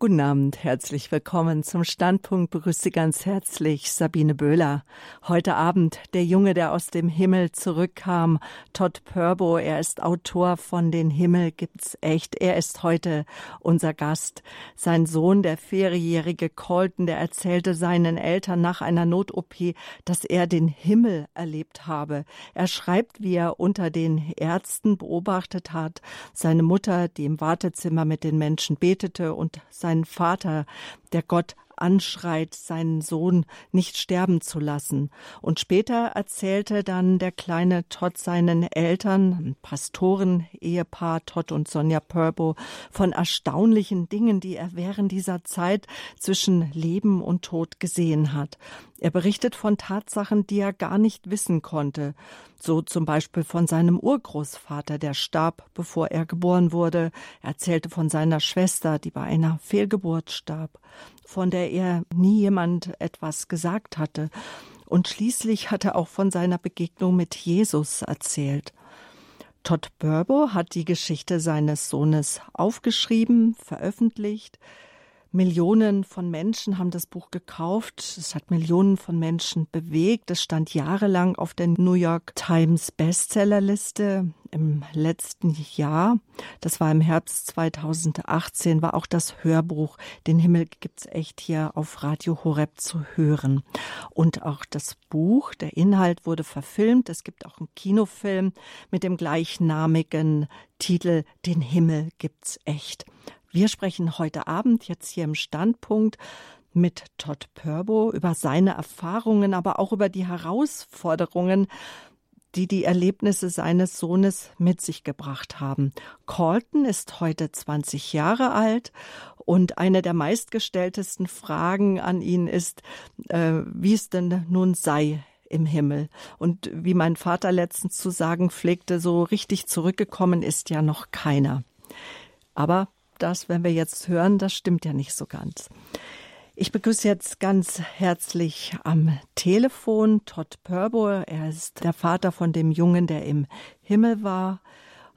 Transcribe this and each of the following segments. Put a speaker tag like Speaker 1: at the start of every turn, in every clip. Speaker 1: Guten Abend, herzlich willkommen zum Standpunkt. Begrüßt Sie ganz herzlich Sabine Böhler. Heute Abend der Junge, der aus dem Himmel zurückkam, Todd Purbo. Er ist Autor von Den Himmel gibt's echt. Er ist heute unser Gast. Sein Sohn, der vierjährige Colton, der erzählte seinen Eltern nach einer Not-OP, dass er den Himmel erlebt habe. Er schreibt, wie er unter den Ärzten beobachtet hat, seine Mutter, die im Wartezimmer mit den Menschen betete und seinen Vater, der Gott anschreit, seinen Sohn nicht sterben zu lassen. Und später erzählte dann der kleine Todd seinen Eltern, Pastoren, Ehepaar Todd und Sonja Purbo, von erstaunlichen Dingen, die er während dieser Zeit zwischen Leben und Tod gesehen hat. Er berichtet von Tatsachen, die er gar nicht wissen konnte. So zum Beispiel von seinem Urgroßvater, der starb, bevor er geboren wurde. Er erzählte von seiner Schwester, die bei einer Fehlgeburt starb, von der er nie jemand etwas gesagt hatte. Und schließlich hat er auch von seiner Begegnung mit Jesus erzählt. Todd Burbo hat die Geschichte seines Sohnes aufgeschrieben, veröffentlicht, Millionen von Menschen haben das Buch gekauft. Es hat Millionen von Menschen bewegt. Es stand jahrelang auf der New York Times Bestsellerliste im letzten Jahr. Das war im Herbst 2018, war auch das Hörbuch Den Himmel gibt's echt hier auf Radio Horeb zu hören. Und auch das Buch, der Inhalt wurde verfilmt. Es gibt auch einen Kinofilm mit dem gleichnamigen Titel Den Himmel gibt's echt. Wir sprechen heute Abend jetzt hier im Standpunkt mit Todd Purbo über seine Erfahrungen, aber auch über die Herausforderungen, die die Erlebnisse seines Sohnes mit sich gebracht haben. Colton ist heute 20 Jahre alt und eine der meistgestelltesten Fragen an ihn ist, äh, wie es denn nun sei, im Himmel. Und wie mein Vater letztens zu sagen pflegte, so richtig zurückgekommen ist ja noch keiner. Aber das, wenn wir jetzt hören, das stimmt ja nicht so ganz. Ich begrüße jetzt ganz herzlich am Telefon Todd Purbo. Er ist der Vater von dem Jungen, der im Himmel war.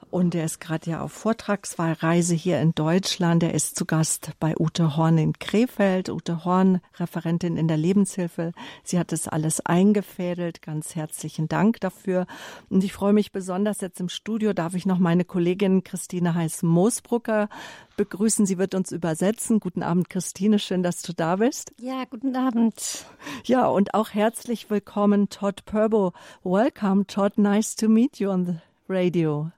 Speaker 1: Und er ist gerade ja auf Vortragsreise hier in Deutschland. Er ist zu Gast bei Ute Horn in Krefeld. Ute Horn, Referentin in der Lebenshilfe. Sie hat das alles eingefädelt. Ganz herzlichen Dank dafür. Und ich freue mich besonders jetzt im Studio, darf ich noch meine Kollegin Christine Heiß-Moosbrucker begrüßen. Sie wird uns übersetzen. Guten Abend, Christine. Schön, dass du da bist.
Speaker 2: Ja, guten Abend.
Speaker 1: Ja, und auch herzlich willkommen, Todd Purbo. Welcome, Todd. Nice to meet you on the radio.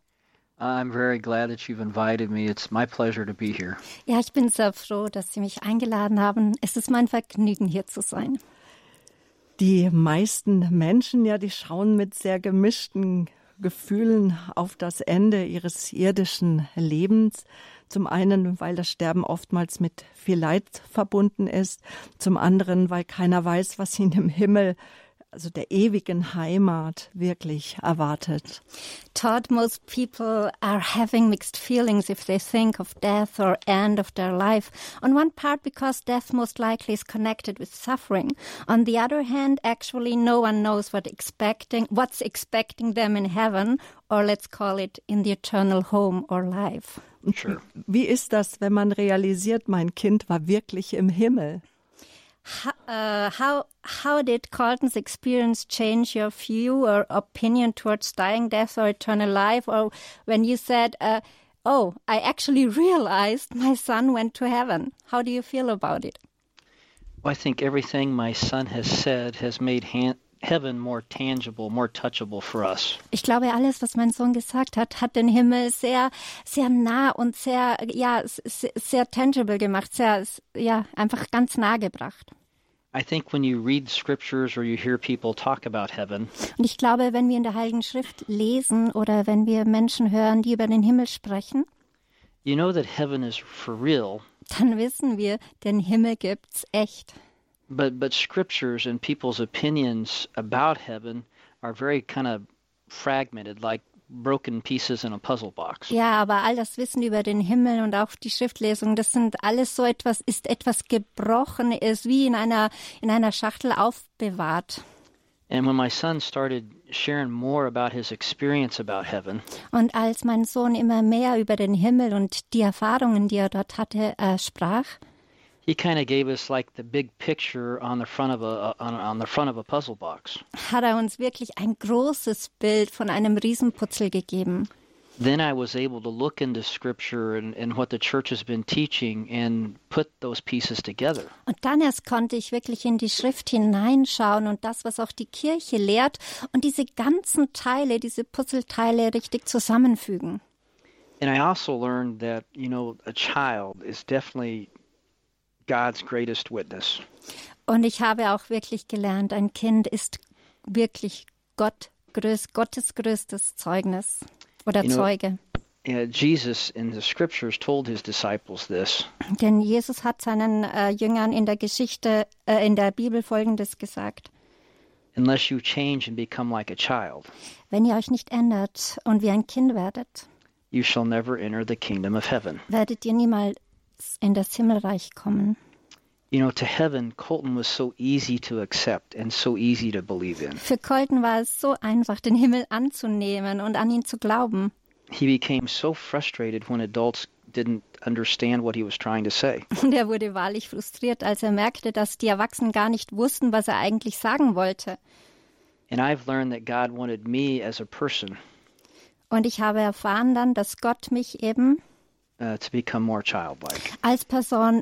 Speaker 3: I'm very glad that you've invited me. It's my pleasure to be here.
Speaker 2: Ja, ich bin sehr froh, dass Sie mich eingeladen haben. Es ist mein Vergnügen, hier zu sein.
Speaker 1: Die meisten Menschen, ja, die schauen mit sehr gemischten Gefühlen auf das Ende ihres irdischen Lebens. Zum einen, weil das Sterben oftmals mit viel Leid verbunden ist. Zum anderen, weil keiner weiß, was ihn im Himmel also der ewigen Heimat wirklich erwartet.
Speaker 2: Todd, most people are having mixed feelings if they think of death or end of their life. On one part, because death most likely is connected with suffering. On the other hand, actually, no one knows what expecting, what's expecting them in heaven, or let's call it in the eternal home or life.
Speaker 3: Sure.
Speaker 1: Wie ist das, wenn man realisiert, mein Kind war wirklich im Himmel?
Speaker 2: How, uh, how how did Colton's experience change your view or opinion towards dying, death, or eternal life? Or when you said, uh, "Oh, I actually realized my son went to heaven." How do you feel about it?
Speaker 3: Well, I think everything my son has said has made heaven more tangible, more touchable for us.
Speaker 2: Ich glaube, alles, was mein Sohn gesagt hat, hat den Himmel sehr, sehr nah und sehr, ja, sehr, sehr tangible gemacht, sehr, ja, einfach ganz nah gebracht.
Speaker 3: I think when you read scriptures or you hear people talk about heaven,
Speaker 2: Und ich glaube, wenn wir in der Heiligen Schrift lesen oder wenn wir Menschen hören, die über den Himmel sprechen,
Speaker 3: you know that heaven is for real,
Speaker 2: dann wissen wir, den Himmel gibt's echt.
Speaker 3: but but scriptures and people's opinions about heaven are very kind of fragmented, like broken pieces in a puzzle box.
Speaker 2: Ja, aber all das Wissen über den Himmel und auch die Schriftlesung, das sind alles so etwas, ist etwas gebrochen, ist wie in einer, in einer Schachtel aufbewahrt.
Speaker 3: And when my son started sharing more about his experience about heaven,
Speaker 2: Und als mein Sohn immer mehr über den Himmel und die Erfahrungen, die er dort hatte, äh, sprach,
Speaker 3: he kind of gave us like the big picture on the front of a on, on the front of a puzzle box.
Speaker 2: Hat er uns wirklich ein großes Bild von einem Riesenputzel gegeben.
Speaker 3: Then I was able to look into Scripture and, and what the church has been teaching and put those pieces together.
Speaker 2: Und dann erst konnte ich wirklich in die Schrift hineinschauen und das, was auch die Kirche lehrt und diese ganzen Teile, diese Puzzleteile richtig zusammenfügen.
Speaker 3: And I also learned that you know a child is definitely God's greatest witness.
Speaker 2: Und ich habe auch wirklich gelernt, ein Kind ist wirklich Gott, größ, Gottes größtes Zeugnis oder
Speaker 3: You know-
Speaker 2: Zeuge.
Speaker 3: Uh, Jesus in the scriptures told his disciples this.
Speaker 2: Denn Jesus hat seinen äh, Jüngern in der Geschichte, äh, in der Bibel Folgendes gesagt.
Speaker 3: unless you change and become like a child,
Speaker 2: Wenn ihr euch nicht ändert und wie ein Kind werdet,
Speaker 3: you shall never enter the kingdom of heaven.
Speaker 2: werdet ihr niemals in das Himmelreich kommen.
Speaker 3: You know, to heaven, Colton was so easy to accept and so easy to believe in.
Speaker 2: Für Colton war es so einfach, den Himmel anzunehmen und an ihn zu glauben.
Speaker 3: He became so frustrated when adults didn't understand what he was trying to say.
Speaker 2: Und er wurde wahrlich frustriert, als er merkte, dass die Erwachsenen gar nicht wussten, was er eigentlich sagen wollte.
Speaker 3: And I've learned that God wanted me as a person
Speaker 2: Und ich habe erfahren dann, dass Gott mich eben
Speaker 3: uh, to become more childlike.
Speaker 2: als Person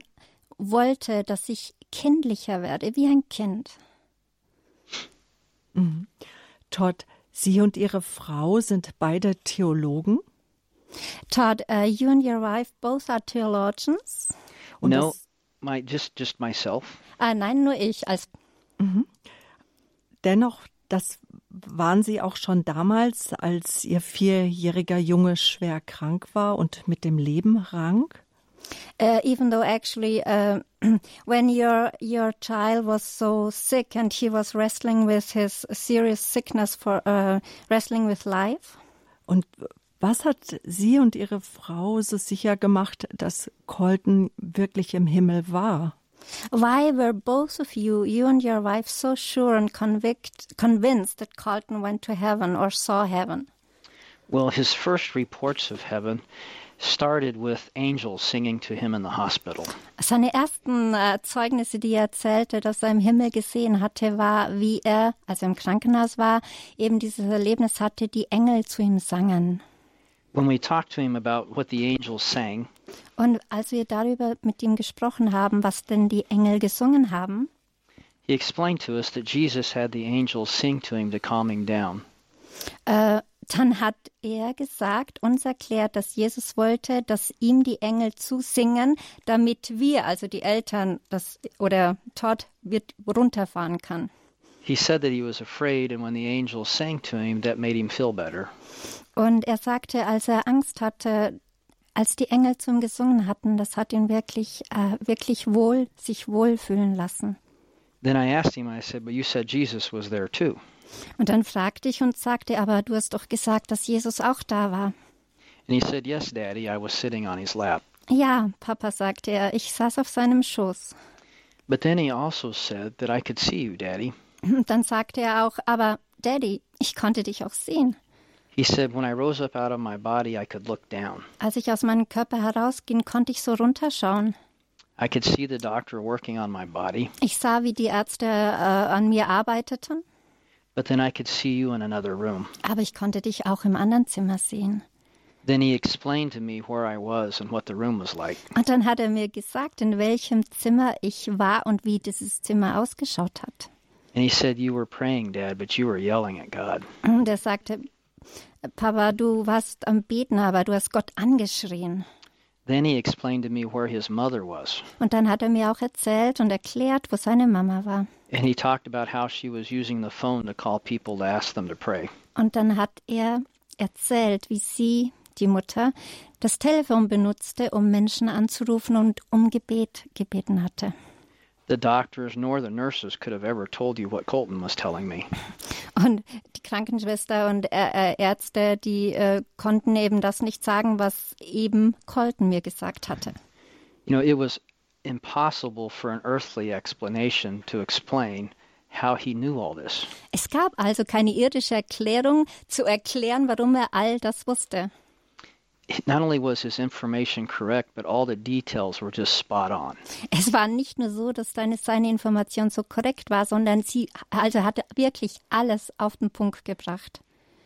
Speaker 2: wollte, dass ich kindlicher werde, wie ein Kind.
Speaker 1: Todd, Sie und Ihre Frau sind beide Theologen.
Speaker 2: Todd, uh, you and your wife both are theologians.
Speaker 1: Und
Speaker 3: no,
Speaker 1: das-
Speaker 3: my just just myself.
Speaker 2: Ah, nein, nur ich als
Speaker 1: Dennoch, das waren Sie auch schon damals, als Ihr vierjähriger Junge schwer krank war und mit dem Leben rang.
Speaker 2: uh, even though actually uh, when your your child was so sick and he was wrestling with his serious sickness for uh, wrestling with life
Speaker 1: Und was hat Sie und Ihre Frau so sicher gemacht, dass Colton wirklich im Himmel war?
Speaker 2: why were both of you you and your wife so sure and convict, convinced that Colton went to heaven or saw heaven
Speaker 3: Well, his first reports of heaven started with angels singing to him in the hospital.
Speaker 2: Seine ersten äh, Zeugnisse, die er erzählte, dass er im Himmel gesehen hatte, war, wie er, also im Krankenhaus war, eben dieses Erlebnis hatte, die Engel zu ihm sangen.
Speaker 3: When we talked to him about what the angels sang,
Speaker 2: Und als wir darüber mit ihm gesprochen haben, was denn die Engel gesungen haben,
Speaker 3: He explained to us that Jesus had the angels sing to him to calm him down.
Speaker 2: äh, dann hat er gesagt, uns erklärt, dass Jesus wollte, dass ihm die Engel zusingen, damit wir, also die Eltern, das oder Todd wird runterfahren kann.
Speaker 3: He said that he was afraid, and when the angels sang to him, that made him feel better.
Speaker 2: Und er sagte, als er Angst hatte, als die Engel zu ihm gesungen hatten, das hat ihn wirklich, äh, wirklich wohl, sich wohlfühlen lassen.
Speaker 3: Then I asked him, I said, But you said Jesus was there too.
Speaker 2: Und dann fragte ich und sagte, aber du hast doch gesagt, dass Jesus auch da war.
Speaker 3: And he said, Yes, Daddy, I was sitting on his lap.
Speaker 2: Ja, Papa, sagte er, ich saß auf seinem Schoß.
Speaker 3: But then he also said that I could see you, Daddy.
Speaker 2: Und dann sagte er auch, aber Daddy, ich konnte dich auch sehen.
Speaker 3: He said, When I rose up out of my body, I could look down.
Speaker 2: Als ich aus meinem Körper herausging, konnte ich so runterschauen.
Speaker 3: I could see the doctor working on my body,
Speaker 2: Ich sah, wie die Ärzte äh, an mir arbeiteten,
Speaker 3: but then I could see you in another room.
Speaker 2: aber ich konnte dich auch im anderen Zimmer sehen.
Speaker 3: Then he explained to me where I was and what the room was like.
Speaker 2: Und dann hat er mir gesagt, in welchem Zimmer ich war und wie dieses Zimmer ausgeschaut hat.
Speaker 3: And he said, You were praying, Dad, but you were yelling at God.
Speaker 2: Und er sagte, Papa, du warst am Beten, aber du hast Gott angeschrien.
Speaker 3: Then he explained to me where his mother was,
Speaker 2: Und dann hat er mir auch erzählt und erklärt, wo seine Mama war.
Speaker 3: and he talked about how she was using the phone to call people to ask them to pray.
Speaker 2: Und dann hat er erzählt, wie sie, die Mutter, das Telefon benutzte, um Menschen anzurufen und um Gebet gebeten hatte.
Speaker 3: The doctors nor the nurses could have ever told you what Colton was telling me.
Speaker 2: Und die Krankenschwester und äh, äh, Ärzte, die äh, konnten eben das nicht sagen, was eben Colton mir gesagt hatte.
Speaker 3: You know, it was impossible for an earthly explanation to explain how he knew all this.
Speaker 2: Es gab also keine irdische Erklärung zu erklären, warum er all das wusste.
Speaker 3: not only was his information correct, but all the details were just spot on.
Speaker 2: Es war nicht nur so, dass seine, seine Information so korrekt war, sondern sie also hatte wirklich alles auf den Punkt gebracht.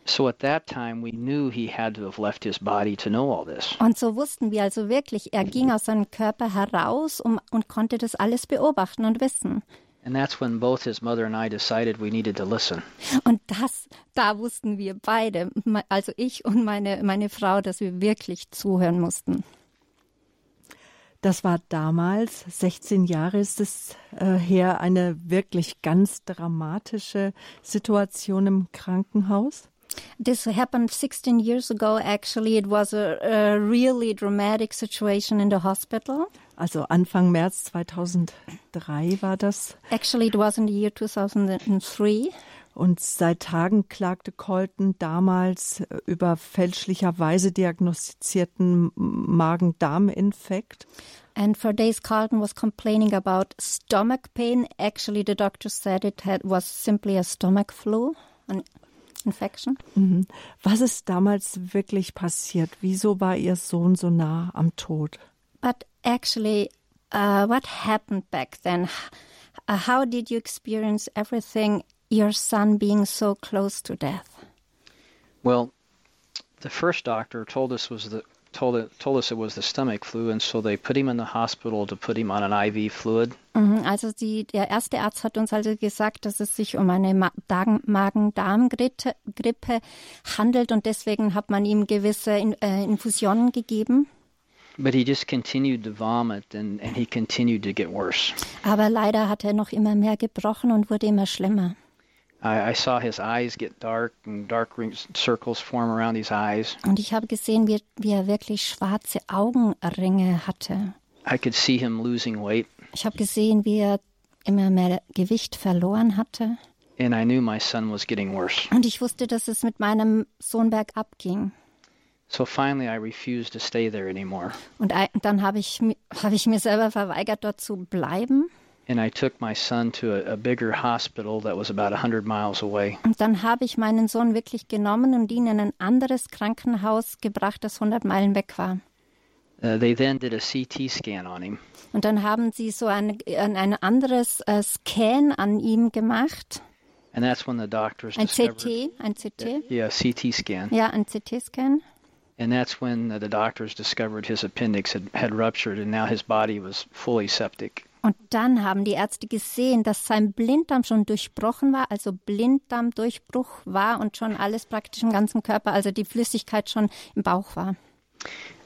Speaker 3: So at that time we knew he had to have left his body to know all this.
Speaker 2: Und so wussten wir also wirklich, er ging aus seinem Körper heraus um, und konnte das alles beobachten und wissen.
Speaker 3: And that's when both his mother and I decided we needed to listen.
Speaker 2: Und das, da wussten wir beide, also ich und meine, meine Frau, dass wir wirklich zuhören mussten.
Speaker 1: Das war damals, 16 Jahre ist es äh, her, eine wirklich ganz dramatische Situation im Krankenhaus.
Speaker 2: This happened 16 years ago, actually. It was a, a, really dramatic situation in the hospital.
Speaker 1: Also Anfang März 2003 war das.
Speaker 2: Actually, it was in the year 2003.
Speaker 1: Und seit Tagen klagte Colton damals äh, über fälschlicherweise diagnostizierten Magen-Darm-Infekt.
Speaker 2: And for days, Carlton was complaining about stomach pain. Actually, the doctor said it had, was simply a stomach flu, an Infection.
Speaker 1: Was ist damals wirklich passiert? Wieso war ihr Sohn so nah am Tod?
Speaker 2: But actually, uh, what happened back then? Uh, How did you experience everything? Your son being so close to death.
Speaker 3: Well, the first doctor told us was the told it, told us it was the stomach flu, and so they put him in the hospital to put him on an IV fluid.
Speaker 2: Also die, der erste Arzt hat uns also gesagt, dass es sich um eine Magen-Darm-Grippe handelt und deswegen hat man ihm gewisse äh, Infusionen gegeben.
Speaker 3: But he just continued to vomit and, and he continued to get worse.
Speaker 2: Aber leider hat er noch immer mehr gebrochen und wurde immer schlimmer.
Speaker 3: I, I saw his eyes get dark and dark rings, circles form around his eyes.
Speaker 2: Und ich habe gesehen, wie, wie er wirklich schwarze Augenringe hatte.
Speaker 3: I could see him losing weight.
Speaker 2: Ich habe gesehen, wie er immer mehr Gewicht verloren hatte.
Speaker 3: And I knew my son was getting worse.
Speaker 2: Und ich wusste, dass es mit meinem Sohn bergab ging.
Speaker 3: So finally I refused to stay there anymore.
Speaker 2: Und I, dann habe ich, hab ich mir selber verweigert, dort zu bleiben.
Speaker 3: And I took my son to a, a bigger hospital that was about 100 miles away.
Speaker 2: Und dann habe ich meinen Sohn wirklich genommen und ihn in ein anderes Krankenhaus gebracht, das 100 Meilen weg war.
Speaker 3: Uh, they then did a CT scan on him.
Speaker 2: Und dann haben sie so ein, ein, ein anderes äh, Scan an ihm gemacht.
Speaker 3: And that's when the doctors
Speaker 2: Ein
Speaker 3: discovered,
Speaker 2: CT, ein CT.
Speaker 3: yeah, CT scan.
Speaker 2: Ja, ein CT-Scan.
Speaker 3: And that's when the doctors discovered his appendix had, had ruptured and now his body was fully septic.
Speaker 2: Und dann haben die Ärzte gesehen, dass sein Blinddarm schon durchbrochen war, also Blinddarmdurchbruch war und schon alles praktisch im ganzen Körper, also die Flüssigkeit schon im Bauch war.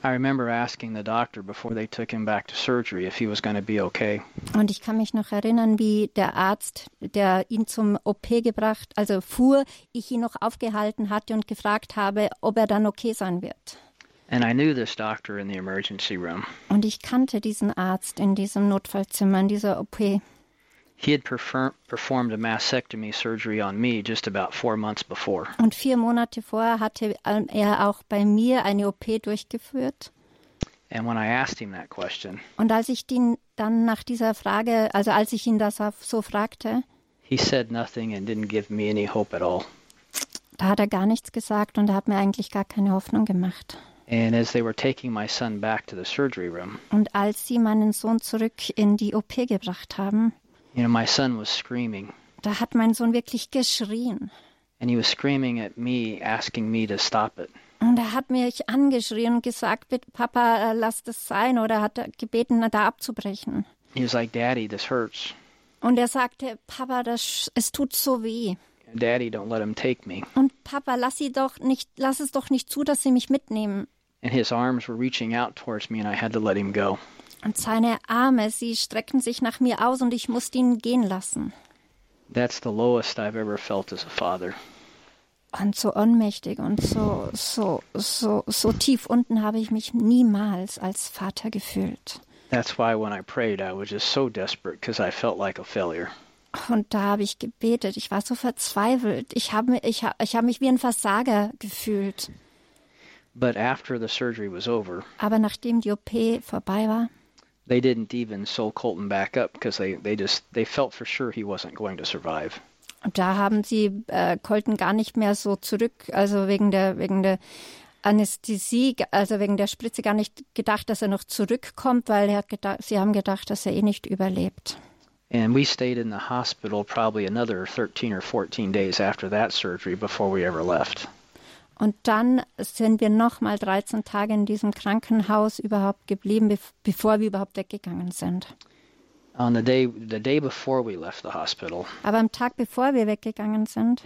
Speaker 3: I remember asking the doctor before they took him back to surgery if he was going to be okay.
Speaker 2: Und ich kann mich noch erinnern, wie der Arzt, der ihn zum OP gebracht, also fuhr, ich ihn noch aufgehalten hatte und gefragt habe, ob er dann okay sein wird.
Speaker 3: And I knew this doctor in the emergency room.
Speaker 2: Und ich kannte diesen Arzt in diesem Notfallzimmer, in dieser OP.
Speaker 3: He had perfer- performed a mastectomy surgery on me just about four months before.
Speaker 2: Und vier Monate vorher hatte ähm, er auch bei mir eine OP durchgeführt.
Speaker 3: And when I asked him that question,
Speaker 2: Und als ich ihn dann nach dieser Frage, also als ich ihn das so fragte,
Speaker 3: he said nothing and didn't give me any hope at all.
Speaker 2: da hat er gar nichts gesagt und er hat mir eigentlich gar keine Hoffnung gemacht.
Speaker 3: And as they were taking my son back to the surgery room,
Speaker 2: Und als sie meinen Sohn zurück in die OP gebracht haben,
Speaker 3: you know, my son was screaming.
Speaker 2: da hat mein Sohn wirklich geschrien.
Speaker 3: And he was screaming at me, asking me to stop it.
Speaker 2: Und er hat mich angeschrien und gesagt, bitte Papa, äh, lass das sein. Oder hat er gebeten, da abzubrechen.
Speaker 3: He was like, Daddy, this hurts.
Speaker 2: Und er sagte, Papa, das, es tut so weh.
Speaker 3: Daddy, don't let him take me.
Speaker 2: Und Papa, lass sie doch nicht, lass es doch nicht zu, dass sie mich mitnehmen.
Speaker 3: And his arms were reaching out towards me, and I had to let him go.
Speaker 2: Und seine Arme, sie streckten sich nach mir aus und ich musste ihn gehen lassen.
Speaker 3: That's the lowest I've ever felt as a father.
Speaker 2: Und so ohnmächtig und so, so, so, so tief unten habe ich mich niemals als Vater gefühlt.
Speaker 3: That's why when I prayed, I was just so desperate because I felt like a failure.
Speaker 2: Und da habe ich gebetet. Ich war so verzweifelt. Ich habe mi- ich, ha- ich habe mich wie ein Versager gefühlt.
Speaker 3: But after the surgery was over,
Speaker 2: Aber nachdem die OP vorbei war,
Speaker 3: they didn't even sew Colton back up because they, they just they felt for sure he wasn't going to survive.
Speaker 2: da haben sie äh, Colton gar nicht mehr so zurück, also wegen der, wegen der Anästhesie, also wegen der Spritze, gar nicht gedacht, dass er noch zurückkommt, weil er gedacht, sie haben gedacht, dass er eh nicht überlebt.
Speaker 3: And we stayed in the hospital probably another 13 or 14 days after that surgery before we ever left.
Speaker 2: Und dann sind wir nochmal 13 Tage in diesem Krankenhaus überhaupt geblieben, bef- bevor wir überhaupt weggegangen sind.
Speaker 3: On the day the day before we left the hospital,
Speaker 2: Aber am Tag bevor wir weggegangen sind,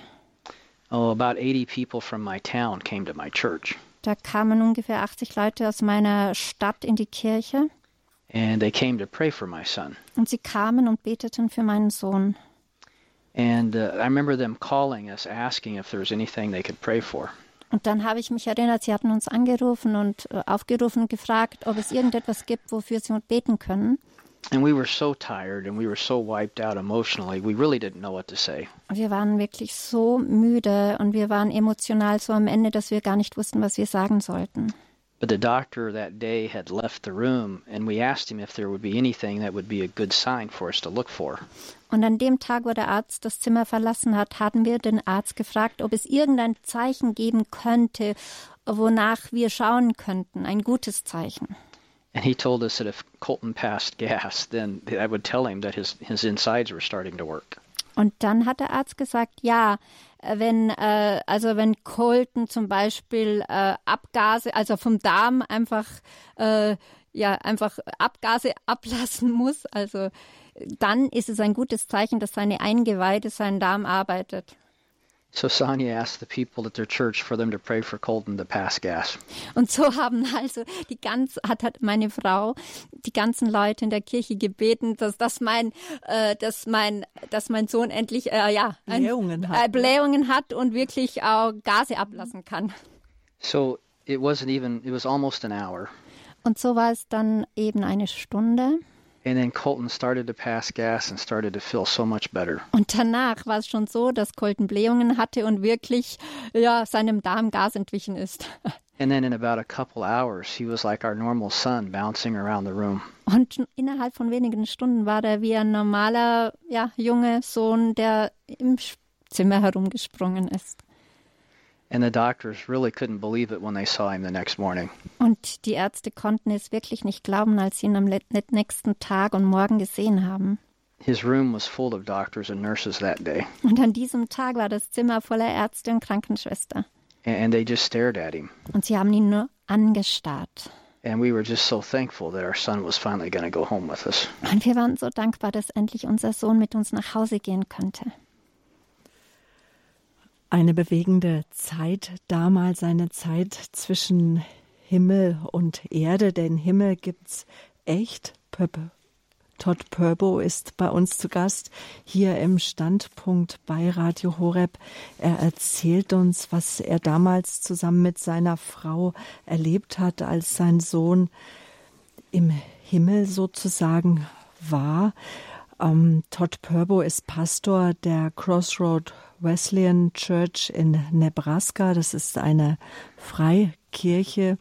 Speaker 3: oh, about 80 people from my town came to my church,
Speaker 2: da kamen ungefähr 80 Leute aus meiner Stadt in die Kirche
Speaker 3: and they came to pray for my son.
Speaker 2: und sie kamen und beteten für meinen Sohn.
Speaker 3: And uh, I remember them calling us asking if there was anything they could pray for.
Speaker 2: Und dann habe ich mich erinnert, sie hatten uns angerufen und äh, aufgerufen und gefragt, ob es irgendetwas gibt, wofür sie beten können.
Speaker 3: And we were so tired and we were so wiped out emotionally, we really didn't know what to say.
Speaker 2: Wir waren wirklich so müde und wir waren emotional so am Ende, dass wir gar nicht wussten, was wir sagen sollten.
Speaker 3: But the doctor that day had left the room, and we asked him if there would be anything that would be a good sign for us to look for.
Speaker 2: Und an dem Tag, wo der Arzt das Zimmer verlassen hat, hatten wir den Arzt gefragt, ob es irgendein Zeichen geben könnte, wonach wir schauen könnten, ein gutes Zeichen.
Speaker 3: And he told us that if Colton passed gas, then that would tell him that his, his insides were starting to work.
Speaker 2: Und dann hat der Arzt gesagt, ja, äh, wenn äh, also wenn Colton zum Beispiel äh, Abgase, also vom Darm einfach äh, ja einfach Abgase ablassen muss, also dann ist es ein gutes Zeichen, dass seine Eingeweide, sein Darm arbeitet.
Speaker 3: So Sonia asked the people at their church for them to pray for Colton to pass gas.
Speaker 2: Und so haben also die ganz hat, hat meine Frau die ganzen Leute in der Kirche gebeten, dass dass mein äh, dass mein dass mein Sohn endlich äh, ja ein-
Speaker 1: Blähungen hat,
Speaker 2: äh, Blähungen hat und wirklich auch Gase ablassen kann.
Speaker 3: So it wasn't even, it was almost an hour.
Speaker 2: Und so war es dann eben eine Stunde.
Speaker 3: And then Colton started to pass gas and started to feel so much better.
Speaker 2: Und danach war es schon so, dass Colton Blähungen hatte und wirklich ja, seinem Darm Gas entwichen ist.
Speaker 3: And then in about a couple hours, he was like our normal son, bouncing around the room.
Speaker 2: Und schon innerhalb von wenigen Stunden war er wie ein normaler ja, junge Sohn, der im Sch- Zimmer herumgesprungen ist.
Speaker 3: And the doctors really couldn't believe it when they saw him the next morning.
Speaker 2: Und die Ärzte konnten es wirklich nicht glauben, als sie ihn am let- nächsten Tag und morgen gesehen haben.
Speaker 3: His room was full of doctors and nurses that day,
Speaker 2: Und an diesem Tag war das Zimmer voller Ärzte und Krankenschwester.
Speaker 3: and they just stared at him.
Speaker 2: Und sie haben ihn nur angestarrt.
Speaker 3: And we were just so thankful that our son was finally going to go home with us.
Speaker 2: Und wir waren so dankbar, dass endlich unser Sohn mit uns nach Hause gehen konnte.
Speaker 1: Eine bewegende Zeit, damals eine Zeit zwischen Himmel und Erde, denn Himmel gibt's echt. Pöppe. Todd Purbo ist bei uns zu Gast hier im Standpunkt bei Radio Horeb. Er erzählt uns, was er damals zusammen mit seiner Frau erlebt hat, als sein Sohn im Himmel sozusagen war. Ähm, Todd Purbo ist Pastor der Crossroad Wesleyan Church in Nebraska. Das ist eine Freikirche.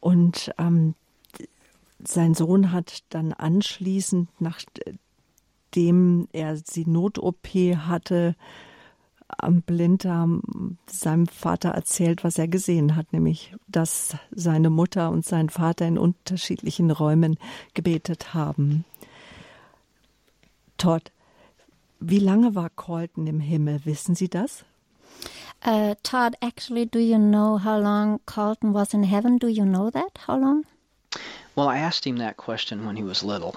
Speaker 1: Und ähm, d- sein Sohn hat dann anschließend, nachdem er die Not-OP hatte, am Blinddarm seinem Vater erzählt, was er gesehen hat, nämlich dass seine Mutter und sein Vater in unterschiedlichen Räumen gebetet haben. Todd, wie lange war Colton im Himmel? Wissen Sie das?
Speaker 2: Uh, Todd, actually, do you know how long Carlton was in heaven? Do you know that? How long?
Speaker 3: Well, I asked him that question when he was little.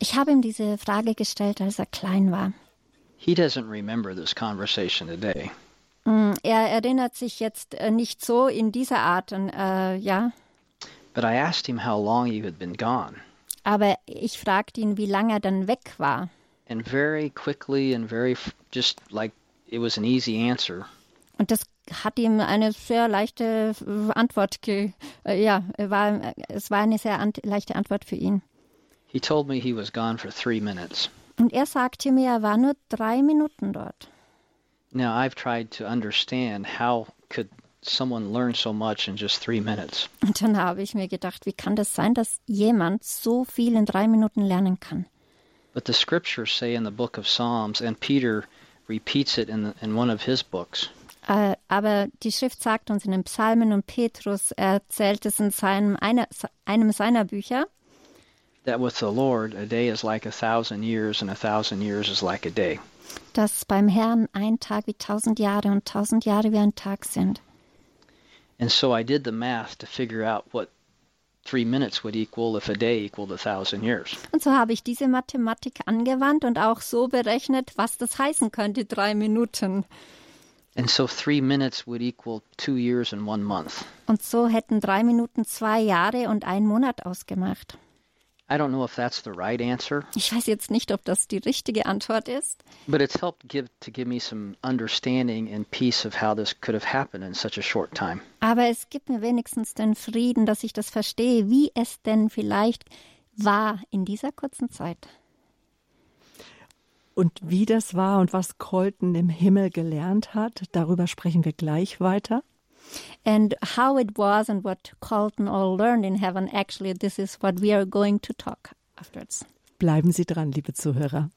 Speaker 2: Ich habe ihm diese Frage gestellt, als er klein war.
Speaker 3: He doesn't remember this conversation today,
Speaker 2: Mm, Er erinnert sich jetzt äh, nicht so in dieser Art, an, äh, ja.
Speaker 3: but I asked him how long you had been gone.
Speaker 2: Aber ich fragte ihn, wie lange er dann weg war.
Speaker 3: And very quickly and very f- just like it was an easy answer.
Speaker 2: Und das hat ihm eine sehr leichte äh, Antwort ge äh, ja, er war, es war eine sehr ant leichte Antwort für ihn.
Speaker 3: He told me he was gone for three minutes.
Speaker 2: Und er sagte mir, er war nur drei Minuten dort.
Speaker 3: Now, I've tried to understand how could someone learn so much in just three minutes.
Speaker 2: Und dann habe ich mir gedacht, wie kann das sein, dass jemand so viel in drei Minuten lernen kann?
Speaker 3: But the scriptures say in the book of Psalms, and Peter repeats it in, in one of his books,
Speaker 2: Äh, aber die Schrift sagt uns in den Psalmen und Petrus er erzählt es in seinem, einer, einem seiner Bücher.
Speaker 3: That with the Lord a day is like a thousand years, and a thousand years is like a day.
Speaker 2: dass beim Herrn ein Tag wie tausend Jahre und tausend Jahre wie ein Tag sind.
Speaker 3: And so I did the math to figure out what three minutes would equal if a day equaled a thousand years.
Speaker 2: Und so habe ich diese Mathematik angewandt und auch so berechnet, was das heißen könnte, drei Minuten.
Speaker 3: And so three minutes would equal two years and one month.
Speaker 2: Und so hätten drei Minuten zwei Jahre und einen Monat ausgemacht.
Speaker 3: I don't know if that's the right answer,
Speaker 2: Ich weiß jetzt nicht, ob das die richtige Antwort ist,
Speaker 3: but it's helped give to give me some understanding and peace of how this could have happened in such a short time.
Speaker 2: aber es gibt mir wenigstens den Frieden, dass ich das verstehe, wie es denn vielleicht war in dieser kurzen Zeit.
Speaker 1: Und wie das war und was Colton im Himmel gelernt hat, darüber sprechen wir gleich weiter.
Speaker 2: And how it was and what Colton all learned in heaven, actually, this is what we are going to talk afterwards.
Speaker 1: Bleiben Sie dran, liebe Zuhörer.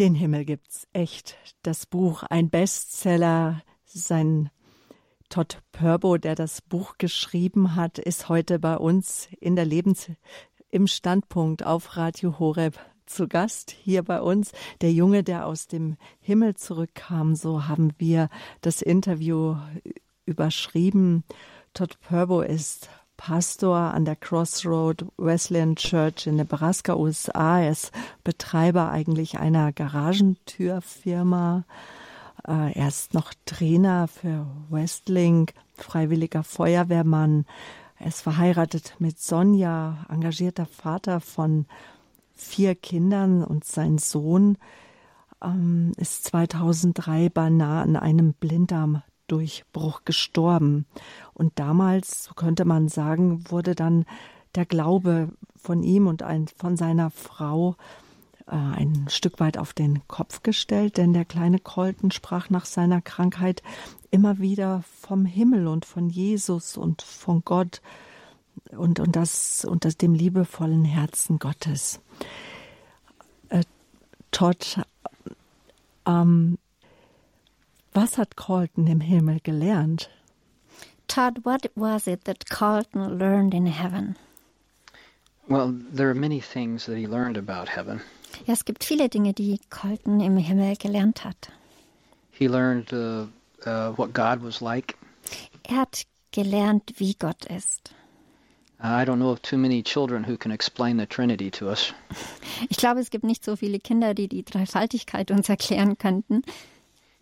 Speaker 1: Den Himmel gibt's echt. Das Buch, ein Bestseller, sein Todd Purbo, der das Buch geschrieben hat, ist heute bei uns in der Lebens im Standpunkt auf Radio Horeb zu Gast hier bei uns. Der Junge, der aus dem Himmel zurückkam, so haben wir das Interview überschrieben. Todd Purbo ist Pastor an der Crossroad Wesleyan Church in Nebraska, USA. Er ist Betreiber eigentlich einer Garagentürfirma. Äh, Er ist noch Trainer für Wrestling, freiwilliger Feuerwehrmann. Er ist verheiratet mit Sonja, engagierter Vater von vier Kindern und sein Sohn ähm, ist 2003 beinahe an einem Blinddarmdurchbruch gestorben. Und damals, so könnte man sagen, wurde dann der Glaube von ihm und ein, von seiner Frau äh, ein Stück weit auf den Kopf gestellt, denn der kleine Colton sprach nach seiner Krankheit immer wieder vom Himmel und von Jesus und von Gott und, und, das, und das dem liebevollen Herzen Gottes. Äh, Todd, ähm, was hat Colton im Himmel gelernt?
Speaker 2: Todd, what was it that Carlton learned in heaven?
Speaker 3: Well, there are many things that he learned about heaven.
Speaker 2: Ja, es gibt viele Dinge, die Carlton im Himmel gelernt hat.
Speaker 3: He learned uh, uh, what God was like.
Speaker 2: Er hat gelernt, wie Gott ist.
Speaker 3: I don't know of too many children who can explain the Trinity to us.
Speaker 2: Ich glaube, es gibt nicht so viele Kinder, die die Dreifaltigkeit uns erklären könnten.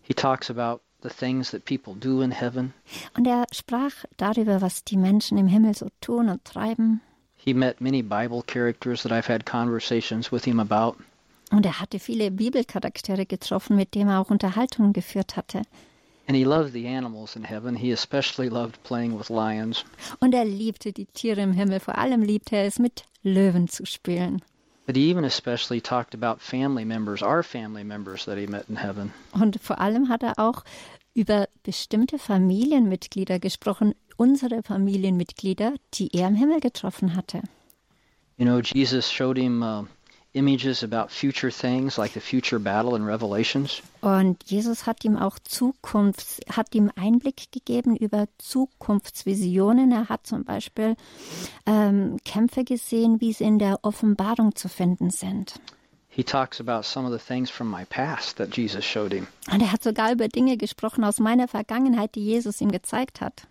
Speaker 3: He talks about the things that people do in heaven.
Speaker 2: Und er sprach darüber, was die Menschen im Himmel so tun und treiben.
Speaker 3: He met many Bible characters that I've had conversations with him about.
Speaker 2: Und er hatte viele Bibelcharaktere getroffen, mit denen er auch Unterhaltungen geführt hatte.
Speaker 3: And he loved the animals in heaven. He especially loved playing with lions.
Speaker 2: Und er liebte die Tiere im Himmel. Vor allem liebte er es, mit Löwen zu spielen.
Speaker 3: But he even especially talked about family members, our family members that he met in heaven.
Speaker 2: Und vor allem hat er auch über bestimmte Familienmitglieder gesprochen, unsere Familienmitglieder, die er im Himmel getroffen hatte.
Speaker 3: You know, Jesus showed him uh, images about future things like the future battle in Revelations.
Speaker 2: Und Jesus hat ihm auch Zukunfts, hat ihm Einblick gegeben über Zukunftsvisionen. Er hat zum Beispiel ähm, Kämpfe gesehen, wie sie in der Offenbarung zu finden sind.
Speaker 3: He talks about some of the things from my past that Jesus showed him.
Speaker 2: Und er hat sogar über Dinge gesprochen aus meiner Vergangenheit, die Jesus ihm gezeigt hat.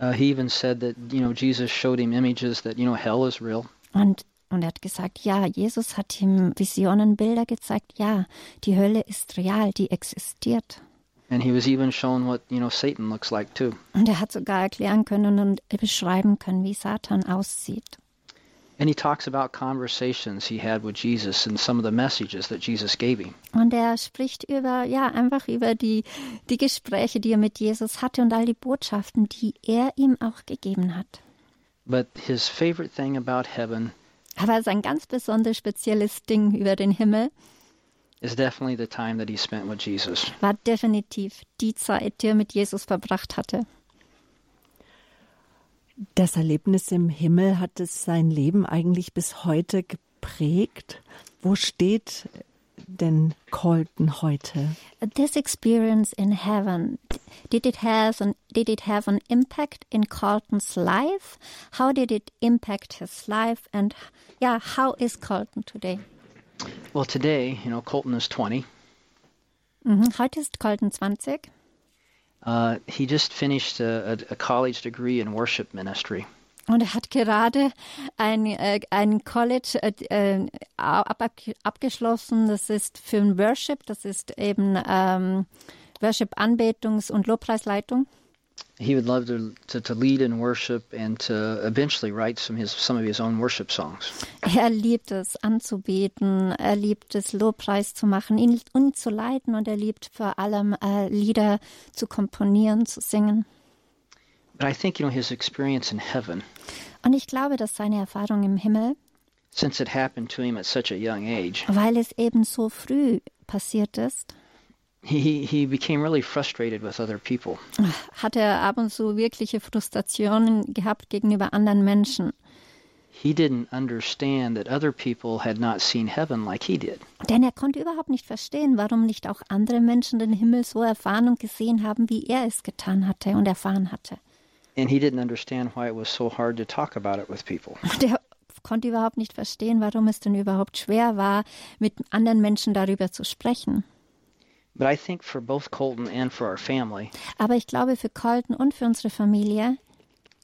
Speaker 3: Uh, he even said that, you know, Jesus showed him images that, you know, hell is real.
Speaker 2: Und, und er hat gesagt, ja, Jesus hat ihm Visionen, Bilder gezeigt, ja, die Hölle ist real, die existiert.
Speaker 3: And he was even shown what, you know, Satan looks like too.
Speaker 2: Und er hat sogar erklären können und beschreiben können, wie Satan aussieht.
Speaker 3: And he talks about conversations he had with Jesus and some of the messages that Jesus gave him.
Speaker 2: Und er spricht über, ja, einfach über die, die Gespräche, die er mit Jesus hatte und all die Botschaften, die er ihm auch gegeben hat.
Speaker 3: But his favorite thing about heaven
Speaker 2: Aber es ist ein ganz besonderes, spezielles Ding über den Himmel.
Speaker 3: is definitely the time that he spent with Jesus.
Speaker 2: war definitiv die Zeit, die er mit Jesus verbracht hatte.
Speaker 1: Das Erlebnis im Himmel hat es sein Leben eigentlich bis heute geprägt. Wo steht denn Colton heute?
Speaker 2: This experience in heaven, did it have an, did it have an impact in Carlton's life? How did it impact his life? And yeah, how is Carlton today?
Speaker 3: Well, today, you know, Colton is 20.
Speaker 2: Mhm. Heute ist Carlton 20.
Speaker 3: Uh, he just finished a, a, a college degree in worship ministry.
Speaker 2: Und er hat gerade ein, äh, ein College äh, äh, ab, ab, abgeschlossen. Das ist für ein Worship. Das ist eben ähm, Worship Anbetungs- und Lobpreisleitung.
Speaker 3: He would love to, to, to lead in worship and to eventually write some his some of his own worship songs.
Speaker 2: Er liebt es anzubeten. Er liebt es Lobpreis zu machen, ihn, ihn zu leiten. Und er liebt vor allem äh, Lieder zu komponieren, zu singen.
Speaker 3: But I think you know his experience in heaven,
Speaker 2: Und ich glaube, dass seine Erfahrung im Himmel,
Speaker 3: since it happened to him at such a young age,
Speaker 2: weil es eben so früh passiert ist,
Speaker 3: he he became really frustrated with other people.
Speaker 2: hat er ab und zu wirkliche Frustrationen gehabt gegenüber anderen Menschen.
Speaker 3: He didn't understand that other people had not seen heaven like he did.
Speaker 2: Denn er konnte überhaupt nicht verstehen, warum nicht auch andere Menschen den Himmel so erfahren und gesehen haben, wie er es getan hatte und erfahren hatte.
Speaker 3: And he didn't understand why it was so hard to talk about it with people.
Speaker 2: Und er konnte überhaupt nicht verstehen, warum es denn überhaupt schwer war, mit anderen Menschen darüber zu sprechen.
Speaker 3: But I think for both Colton and for our family,
Speaker 2: Aber ich glaube, für Colton und für unsere Familie,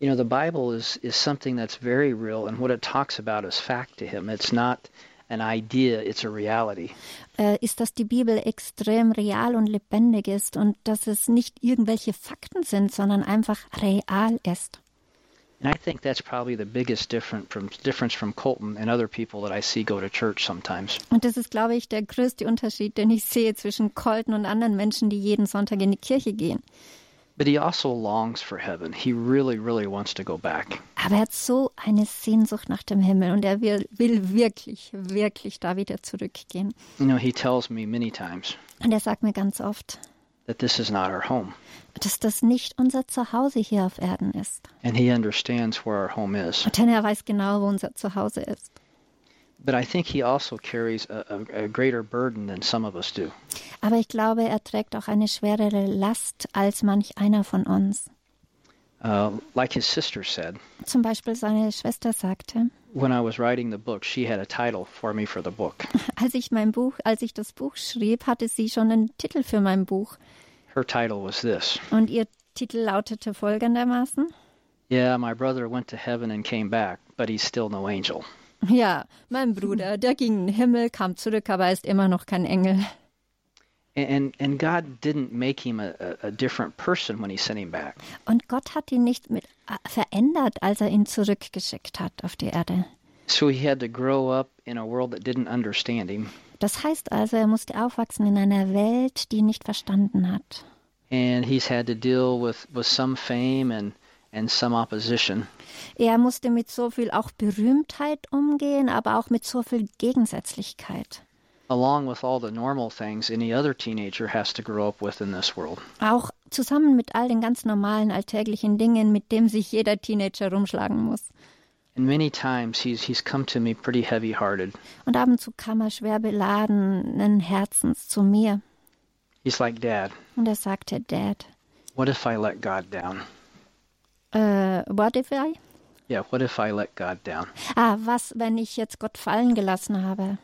Speaker 3: you know, the Bible is, is something that's very real, and what it talks about is fact to him. It's not an idea, it's a reality.
Speaker 2: äh, ist, dass die Bibel extrem real und lebendig ist und dass es nicht irgendwelche Fakten sind, sondern einfach real ist.
Speaker 3: And I think that's probably the biggest different from, difference from Colton and other people that I see go to church sometimes.
Speaker 2: Und das ist, glaube ich, der größte Unterschied, den ich sehe zwischen Colton und anderen Menschen, die jeden Sonntag in die Kirche gehen.
Speaker 3: But he also longs for heaven. He really, really wants to go back.
Speaker 2: Aber er hat so eine Sehnsucht nach dem Himmel und er will, will wirklich, wirklich da wieder zurückgehen.
Speaker 3: You know, he tells me many times
Speaker 2: Und er sagt mir ganz oft,
Speaker 3: that this is not our home,
Speaker 2: dass das nicht unser Zuhause hier auf Erden ist.
Speaker 3: and he understands where our home is.
Speaker 2: Denn er weiß genau, wo unser Zuhause ist.
Speaker 3: But I think he also carries a, a, a greater burden than some of us do.
Speaker 2: Aber ich glaube, er trägt auch eine schwerere Last als manch einer von uns.
Speaker 3: Uh, like his sister said,
Speaker 2: Zum Beispiel seine Schwester sagte,
Speaker 3: when I was writing the book, she had a title for me for the book.
Speaker 2: als ich mein Buch, als ich das Buch schrieb, hatte sie schon einen Titel für mein Buch
Speaker 3: Her title was this
Speaker 2: und ihr Titel lautete folgendermaßen:
Speaker 3: Yeah, my brother went to heaven and came back, but he's still no angel.
Speaker 2: Ja, mein Bruder, der ging in den Himmel, kam zurück, aber ist immer noch kein Engel.
Speaker 3: And, and, and God didn't make him a, a, a different person when he sent him back.
Speaker 2: Und Gott hat ihn nicht mit äh, verändert, als er ihn zurückgeschickt hat auf die Erde.
Speaker 3: So he had to grow up in a world that didn't understand him.
Speaker 2: Das heißt also, er musste aufwachsen in einer Welt, die ihn nicht verstanden hat.
Speaker 3: And he's had to deal with, with some fame and, and some opposition.
Speaker 2: Er musste mit so viel auch Berühmtheit umgehen, aber auch mit so viel Gegensätzlichkeit.
Speaker 3: along with all the normal things any other teenager has to grow up with in this world.
Speaker 2: Auch zusammen mit all den ganz normalen alltäglichen Dingen, mit dem sich jeder Teenager rumschlagen muss.
Speaker 3: And many times he's he's come to me pretty heavy-hearted.
Speaker 2: Und ab und zu kam er schwer beladenen Herzens zu mir.
Speaker 3: He's like, "Dad,
Speaker 2: Und er sagte, Dad,
Speaker 3: what if I let God down?
Speaker 2: äh, what if I?
Speaker 3: Yeah, what if I let God down?"
Speaker 2: Ah, was, wenn ich jetzt Gott fallen gelassen habe?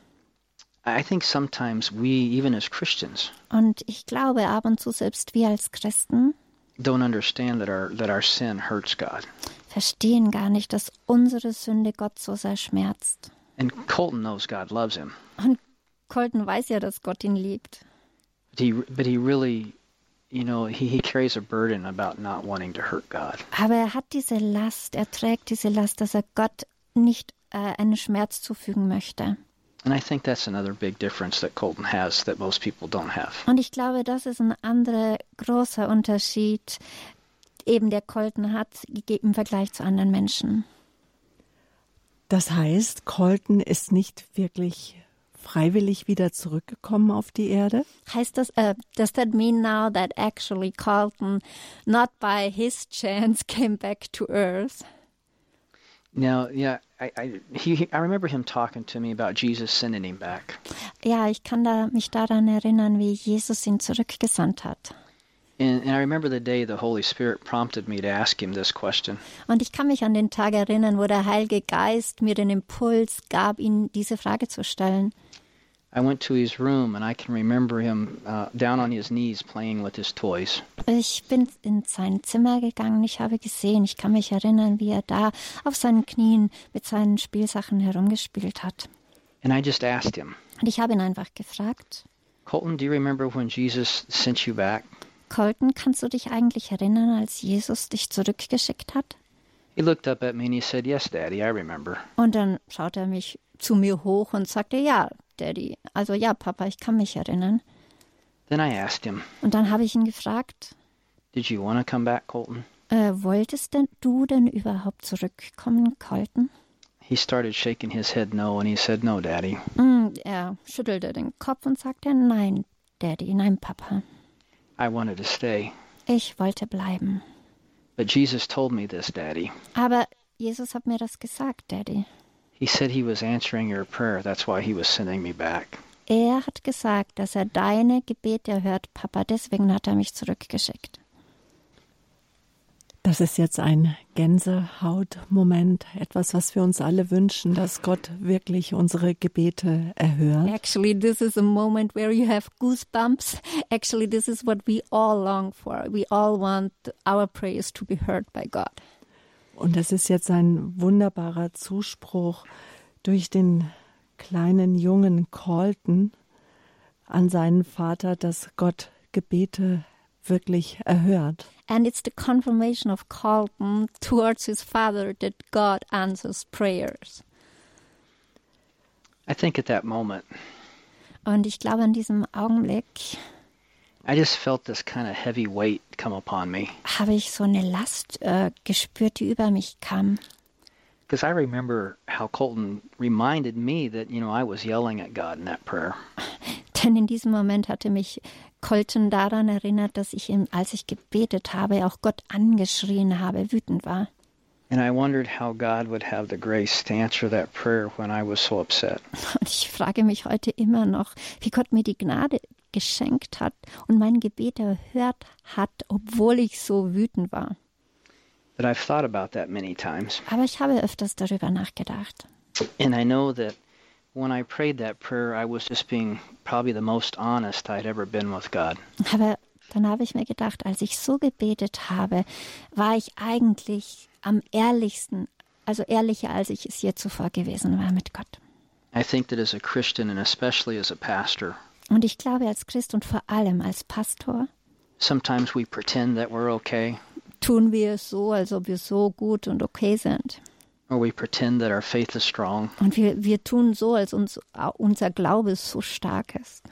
Speaker 3: I think sometimes we even as Christians
Speaker 2: Und ich glaube ab und zu, selbst wir als Christen
Speaker 3: don't understand that our that our sin hurts God.
Speaker 2: verstehen gar nicht, dass unsere Sünde Gott so sehr schmerzt.
Speaker 3: And Colton knows God loves him.
Speaker 2: Und Colton weiß ja, dass Gott ihn liebt.
Speaker 3: But he but he really you know, he, he carries a burden about not wanting to hurt God.
Speaker 2: Aber er hat diese Last, er trägt diese Last, dass er Gott nicht äh, einen Schmerz zufügen möchte.
Speaker 3: And I think that's another big difference that Colton has that most people don't have.
Speaker 2: Und ich glaube, das ist ein anderer großer Unterschied, eben der Colton hat gege- im Vergleich zu anderen Menschen.
Speaker 1: Das heißt, Colton ist nicht wirklich freiwillig wieder zurückgekommen auf die Erde?
Speaker 2: Heißt das, uh, does that mean now that actually Carlton, not by his chance, came back to Earth?
Speaker 3: Now, yeah, I, I, he, he- I remember him talking to me about Jesus sending him back.
Speaker 2: Ja, ich kann da, mich daran erinnern, wie Jesus ihn zurückgesandt hat.
Speaker 3: And, and I remember the day the Holy Spirit prompted me to ask him this question.
Speaker 2: Und ich kann mich an den Tag erinnern, wo der Heilige Geist mir den Impuls gab, ihn diese Frage zu stellen.
Speaker 3: I went to his room, and I can remember him uh, down on his knees playing with his toys.
Speaker 2: Ich bin in sein Zimmer gegangen, ich habe gesehen, ich kann mich erinnern, wie er da auf seinen Knien mit seinen Spielsachen herumgespielt hat.
Speaker 3: And I just asked him,
Speaker 2: Und ich habe ihn einfach gefragt,
Speaker 3: Colton, do you remember when Jesus sent you back?
Speaker 2: Colton, kannst du dich eigentlich erinnern, als Jesus dich zurückgeschickt hat?
Speaker 3: He looked up at me and he said, Yes, Daddy, I remember.
Speaker 2: Und dann schaut er mich zu mir hoch und sagte, ja, Daddy, also ja, Papa, ich kann mich erinnern.
Speaker 3: Then I asked him,
Speaker 2: Und dann habe ich ihn gefragt,
Speaker 3: Did you want to come back, Colton?
Speaker 2: äh, wolltest denn du denn überhaupt zurückkommen, Colton?
Speaker 3: He started shaking his head no, and he said, No, Daddy.
Speaker 2: Mm, er schüttelte den Kopf und sagte, nein, Daddy, nein, Papa,
Speaker 3: I wanted to stay.
Speaker 2: ich wollte bleiben.
Speaker 3: But Jesus told me this, Daddy.
Speaker 2: Aber Jesus hat mir das gesagt, Daddy.
Speaker 3: He said he was answering your prayer. That's why he was sending me back.
Speaker 2: Er hat gesagt, dass er deine Gebete hört, Papa, deswegen hat er mich zurückgeschickt.
Speaker 1: Das ist jetzt ein Gänsehautmoment, etwas, was wir uns alle wünschen, dass Gott wirklich unsere Gebete erhört.
Speaker 2: Actually, this is a moment where you have goosebumps. Actually, this is what we all long for. We all want our prayers to be heard by God.
Speaker 1: Und das ist jetzt ein wunderbarer Zuspruch durch den kleinen jungen Colton an seinen Vater, dass Gott Gebete wirklich erhört.
Speaker 2: And it's the confirmation of Carlton towards his father that God answers prayers.
Speaker 3: I think at that moment,
Speaker 2: Und ich glaube, in diesem Augenblick
Speaker 3: I just felt this kind of heavy weight come upon me.
Speaker 2: habe ich so eine Last äh, gespürt, die über mich kam.
Speaker 3: Because I remember how Colton reminded me that, you know, I was yelling at God in that prayer.
Speaker 2: Denn in diesem Moment hatte mich Colton daran erinnert, dass ich ihm, als ich gebetet habe, auch Gott angeschrien habe, wütend war.
Speaker 3: And I wondered how God would have the grace to answer that prayer when I was so upset.
Speaker 2: Und ich frage mich heute immer noch, wie Gott mir die Gnade geschenkt hat und mein Gebet erhört hat, obwohl ich so wütend war.
Speaker 3: But I've thought about that many times.
Speaker 2: Aber ich habe öfters darüber nachgedacht.
Speaker 3: And I know that when I prayed that prayer, I was just being probably the most honest I'd ever been with God.
Speaker 2: Aber dann habe ich mir gedacht, als ich so gebetet habe, war ich eigentlich am ehrlichsten, also ehrlicher, als ich es je zuvor gewesen war mit Gott.
Speaker 3: I think that as a Christian and especially as a pastor,
Speaker 2: Und ich glaube, als Christ und vor allem als Pastor
Speaker 3: sometimes we pretend that we're okay,
Speaker 2: tun wir es so, als ob wir so gut und okay sind.
Speaker 3: or we pretend that our faith is strong,
Speaker 2: Und wir, wir tun so, als uns, unser Glaube so stark ist.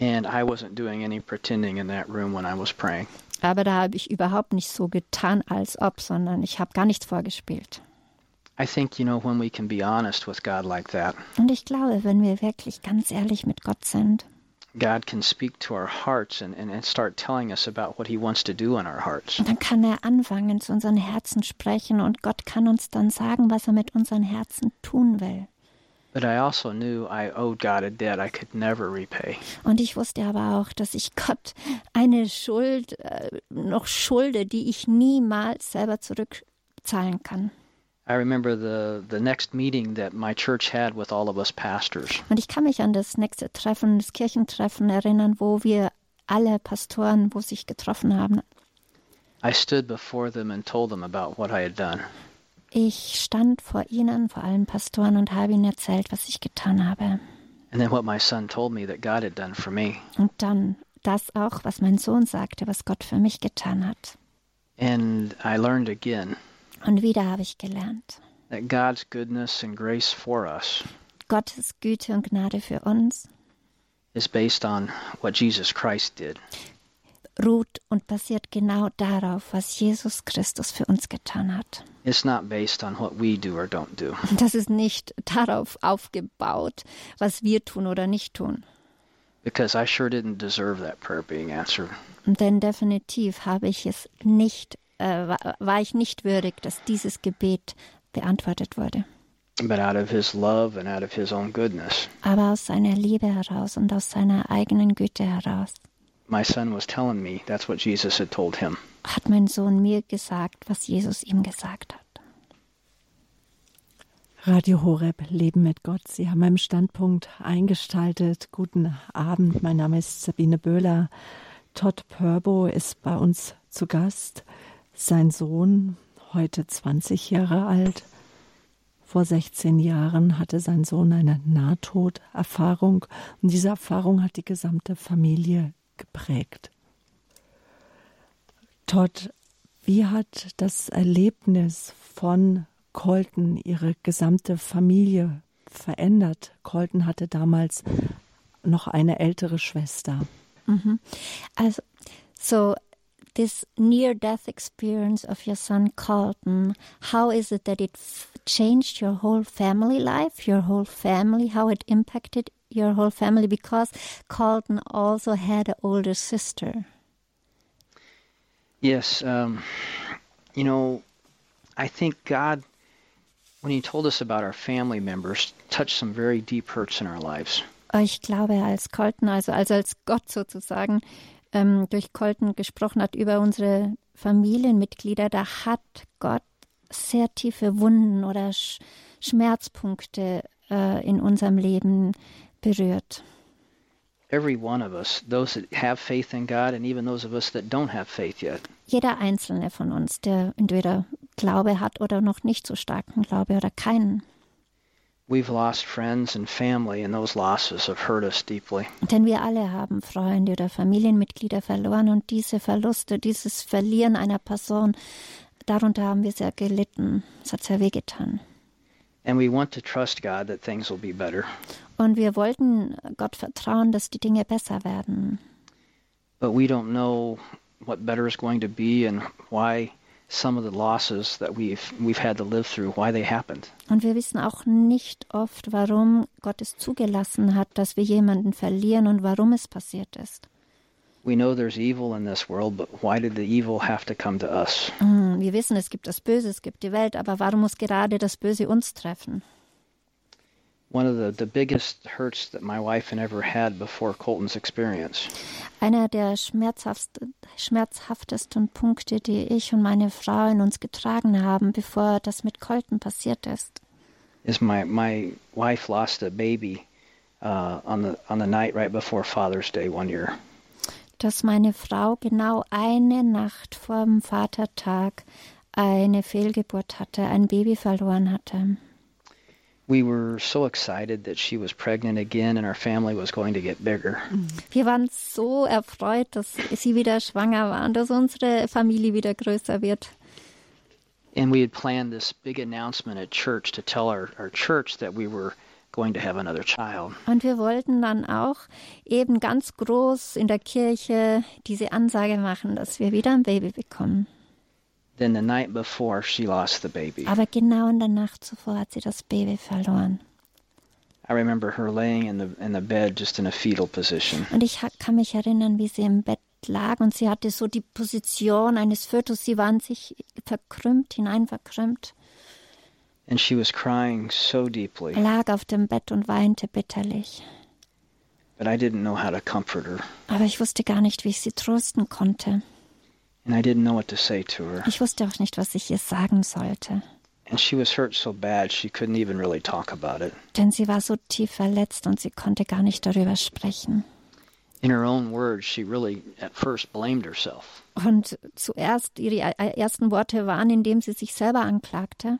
Speaker 3: and I wasn't doing any pretending in that room when I was praying.
Speaker 2: Aber da habe ich überhaupt nicht so getan, als ob, sondern ich habe gar nichts vorgespielt.
Speaker 3: I think, you know, when we can be honest with God like that,
Speaker 2: Und ich glaube, wenn wir wirklich ganz ehrlich mit Gott sind,
Speaker 3: God can speak to our hearts and, and, and start telling us about what He wants to do in our hearts.
Speaker 2: dann kann er anfangen, zu unseren Herzen sprechen und Gott kann uns dann sagen, was er mit unseren Herzen tun will.
Speaker 3: But I also knew I owed God a debt I could never repay.
Speaker 2: Und ich wusste aber auch, dass ich Gott eine Schuld äh, noch schulde, die ich niemals selber zurückzahlen kann.
Speaker 3: I remember the, the next meeting that my church had with all of us pastors.
Speaker 2: Und ich kann mich an das nächste Treffen, das Kirchentreffen erinnern, wo wir alle Pastoren, wo sich getroffen haben.
Speaker 3: I stood before them and told them about what I had done.
Speaker 2: Ich stand vor ihnen, vor allen Pastoren, und habe ihnen erzählt, was ich getan habe.
Speaker 3: And then what my son told me that God had done for me.
Speaker 2: Und dann das auch, was mein Sohn sagte, was Gott für mich getan hat.
Speaker 3: And I learned again
Speaker 2: Und wieder habe ich gelernt.
Speaker 3: that God's goodness and grace for us
Speaker 2: Gottes Güte und Gnade für uns
Speaker 3: is based on what Jesus Christ did.
Speaker 2: ruht und basiert genau darauf, was Jesus Christus für uns getan hat.
Speaker 3: It's not based on what we do or don't do.
Speaker 2: Das ist nicht darauf aufgebaut, was wir tun oder nicht tun.
Speaker 3: Because I sure didn't deserve that prayer being answered.
Speaker 2: Denn definitiv habe ich es nicht, äh, wa- war ich nicht würdig, dass dieses Gebet beantwortet wurde.
Speaker 3: But out of his love and out of his own goodness,
Speaker 2: Aber aus seiner Liebe heraus und aus seiner eigenen Güte heraus
Speaker 3: my son was telling me that's what Jesus had told him.
Speaker 2: hat mein Sohn mir gesagt, was Jesus ihm gesagt hat.
Speaker 1: Radio Horeb, Leben mit Gott. Sie haben im Standpunkt eingestaltet. Guten Abend, mein Name ist Sabine Böhler. Todd Purbo ist bei uns zu Gast. Sein Sohn, heute 20 Jahre alt. Vor 16 Jahren hatte sein Sohn eine Nahtoderfahrung und diese Erfahrung hat die gesamte Familie geprägt. Todd, wie hat das Erlebnis von Colton ihre gesamte Familie verändert? Colton hatte damals noch eine ältere Schwester.
Speaker 2: As, so, this near death experience of your son Carlton, how is it that it f- changed your whole family life, your whole family, how it impacted your whole family? Because Carlton also had an older sister.
Speaker 3: Yes, um, you know, I think God, when He told us about our family members, touched some very deep hurts in our lives.
Speaker 2: Äh, Ich glaube, als Colton, also, also als Gott sozusagen ähm, durch Colton gesprochen hat über unsere Familienmitglieder, da hat Gott sehr tiefe Wunden oder Sch Schmerzpunkte äh, in unserem Leben berührt.
Speaker 3: Every one of us, those that have faith in God, and even those of us that don't have faith yet,
Speaker 2: Jeder einzelne von uns, der entweder Glaube hat oder noch nicht so starken Glaube oder keinen.
Speaker 3: we've lost friends and family, and those losses have hurt us deeply.
Speaker 2: Denn wir alle haben Freunde oder Familienmitglieder verloren und diese Verluste, dieses Verlieren einer Person, darunter haben wir sehr gelitten. Es hat sehr wehgetan.
Speaker 3: And we want to trust God that things will be better.
Speaker 2: Und wir wollten Gott vertrauen, dass die Dinge besser werden.
Speaker 3: But we don't know what better is going to be and why some of the losses that we've we've had to live through, why they happened.
Speaker 2: Und wir wissen auch nicht oft, warum Gott es zugelassen hat, dass wir jemanden verlieren und warum es passiert ist.
Speaker 3: We know there's evil in this world, but why did the evil have to come to us?
Speaker 2: Hm, Wir wissen, es gibt das Böse, es gibt die Welt, aber warum muss gerade das Böse uns treffen?
Speaker 3: One of the, the biggest hurts that my wife and ever had before Colton's experience
Speaker 2: Einer der schmerzhaft, schmerzhaftesten Punkte, die ich und meine Frau in uns getragen haben, bevor das mit Colton passiert ist.
Speaker 3: is my, my wife lost a baby uh, on the on the night right before Father's Day one year.
Speaker 2: dass meine Frau genau eine Nacht vor dem Vatertag eine Fehlgeburt hatte, ein Baby verloren hatte.
Speaker 3: We were so excited that she was pregnant again and our family was going to get bigger.
Speaker 2: Wir waren so erfreut, dass sie wieder schwanger war und dass unsere Familie wieder größer wird.
Speaker 3: and we had planned this big announcement at church to tell our, our church that we were going to have another child.
Speaker 2: Und wir wollten dann auch eben ganz groß in der Kirche diese Ansage machen, dass wir wieder ein Baby bekommen.
Speaker 3: Then the night before, she lost the baby.
Speaker 2: Aber genau in der Nacht zuvor hat sie das Baby verloren.
Speaker 3: I remember her laying in the in the bed just in a fetal position.
Speaker 2: Und ich ha- kann mich erinnern, wie sie im Bett lag und sie hatte so die Position eines Fötus. Sie war an sich verkrümmt, hineinverkrümmt,
Speaker 3: And she was crying so deeply,
Speaker 2: lag auf dem Bett und weinte bitterlich.
Speaker 3: but I didn't know how to comfort her.
Speaker 2: Aber ich wusste gar nicht, wie ich sie trösten konnte.
Speaker 3: And I didn't know what to say to her.
Speaker 2: Ich wusste auch nicht, was ich ihr sagen sollte.
Speaker 3: And she was hurt so bad she couldn't even really talk about it.
Speaker 2: Denn sie war so tief verletzt und sie konnte gar nicht darüber sprechen.
Speaker 3: In her own words, she really at first blamed herself.
Speaker 2: Und zuerst, ihre e- ersten Worte waren, indem sie sich selber anklagte.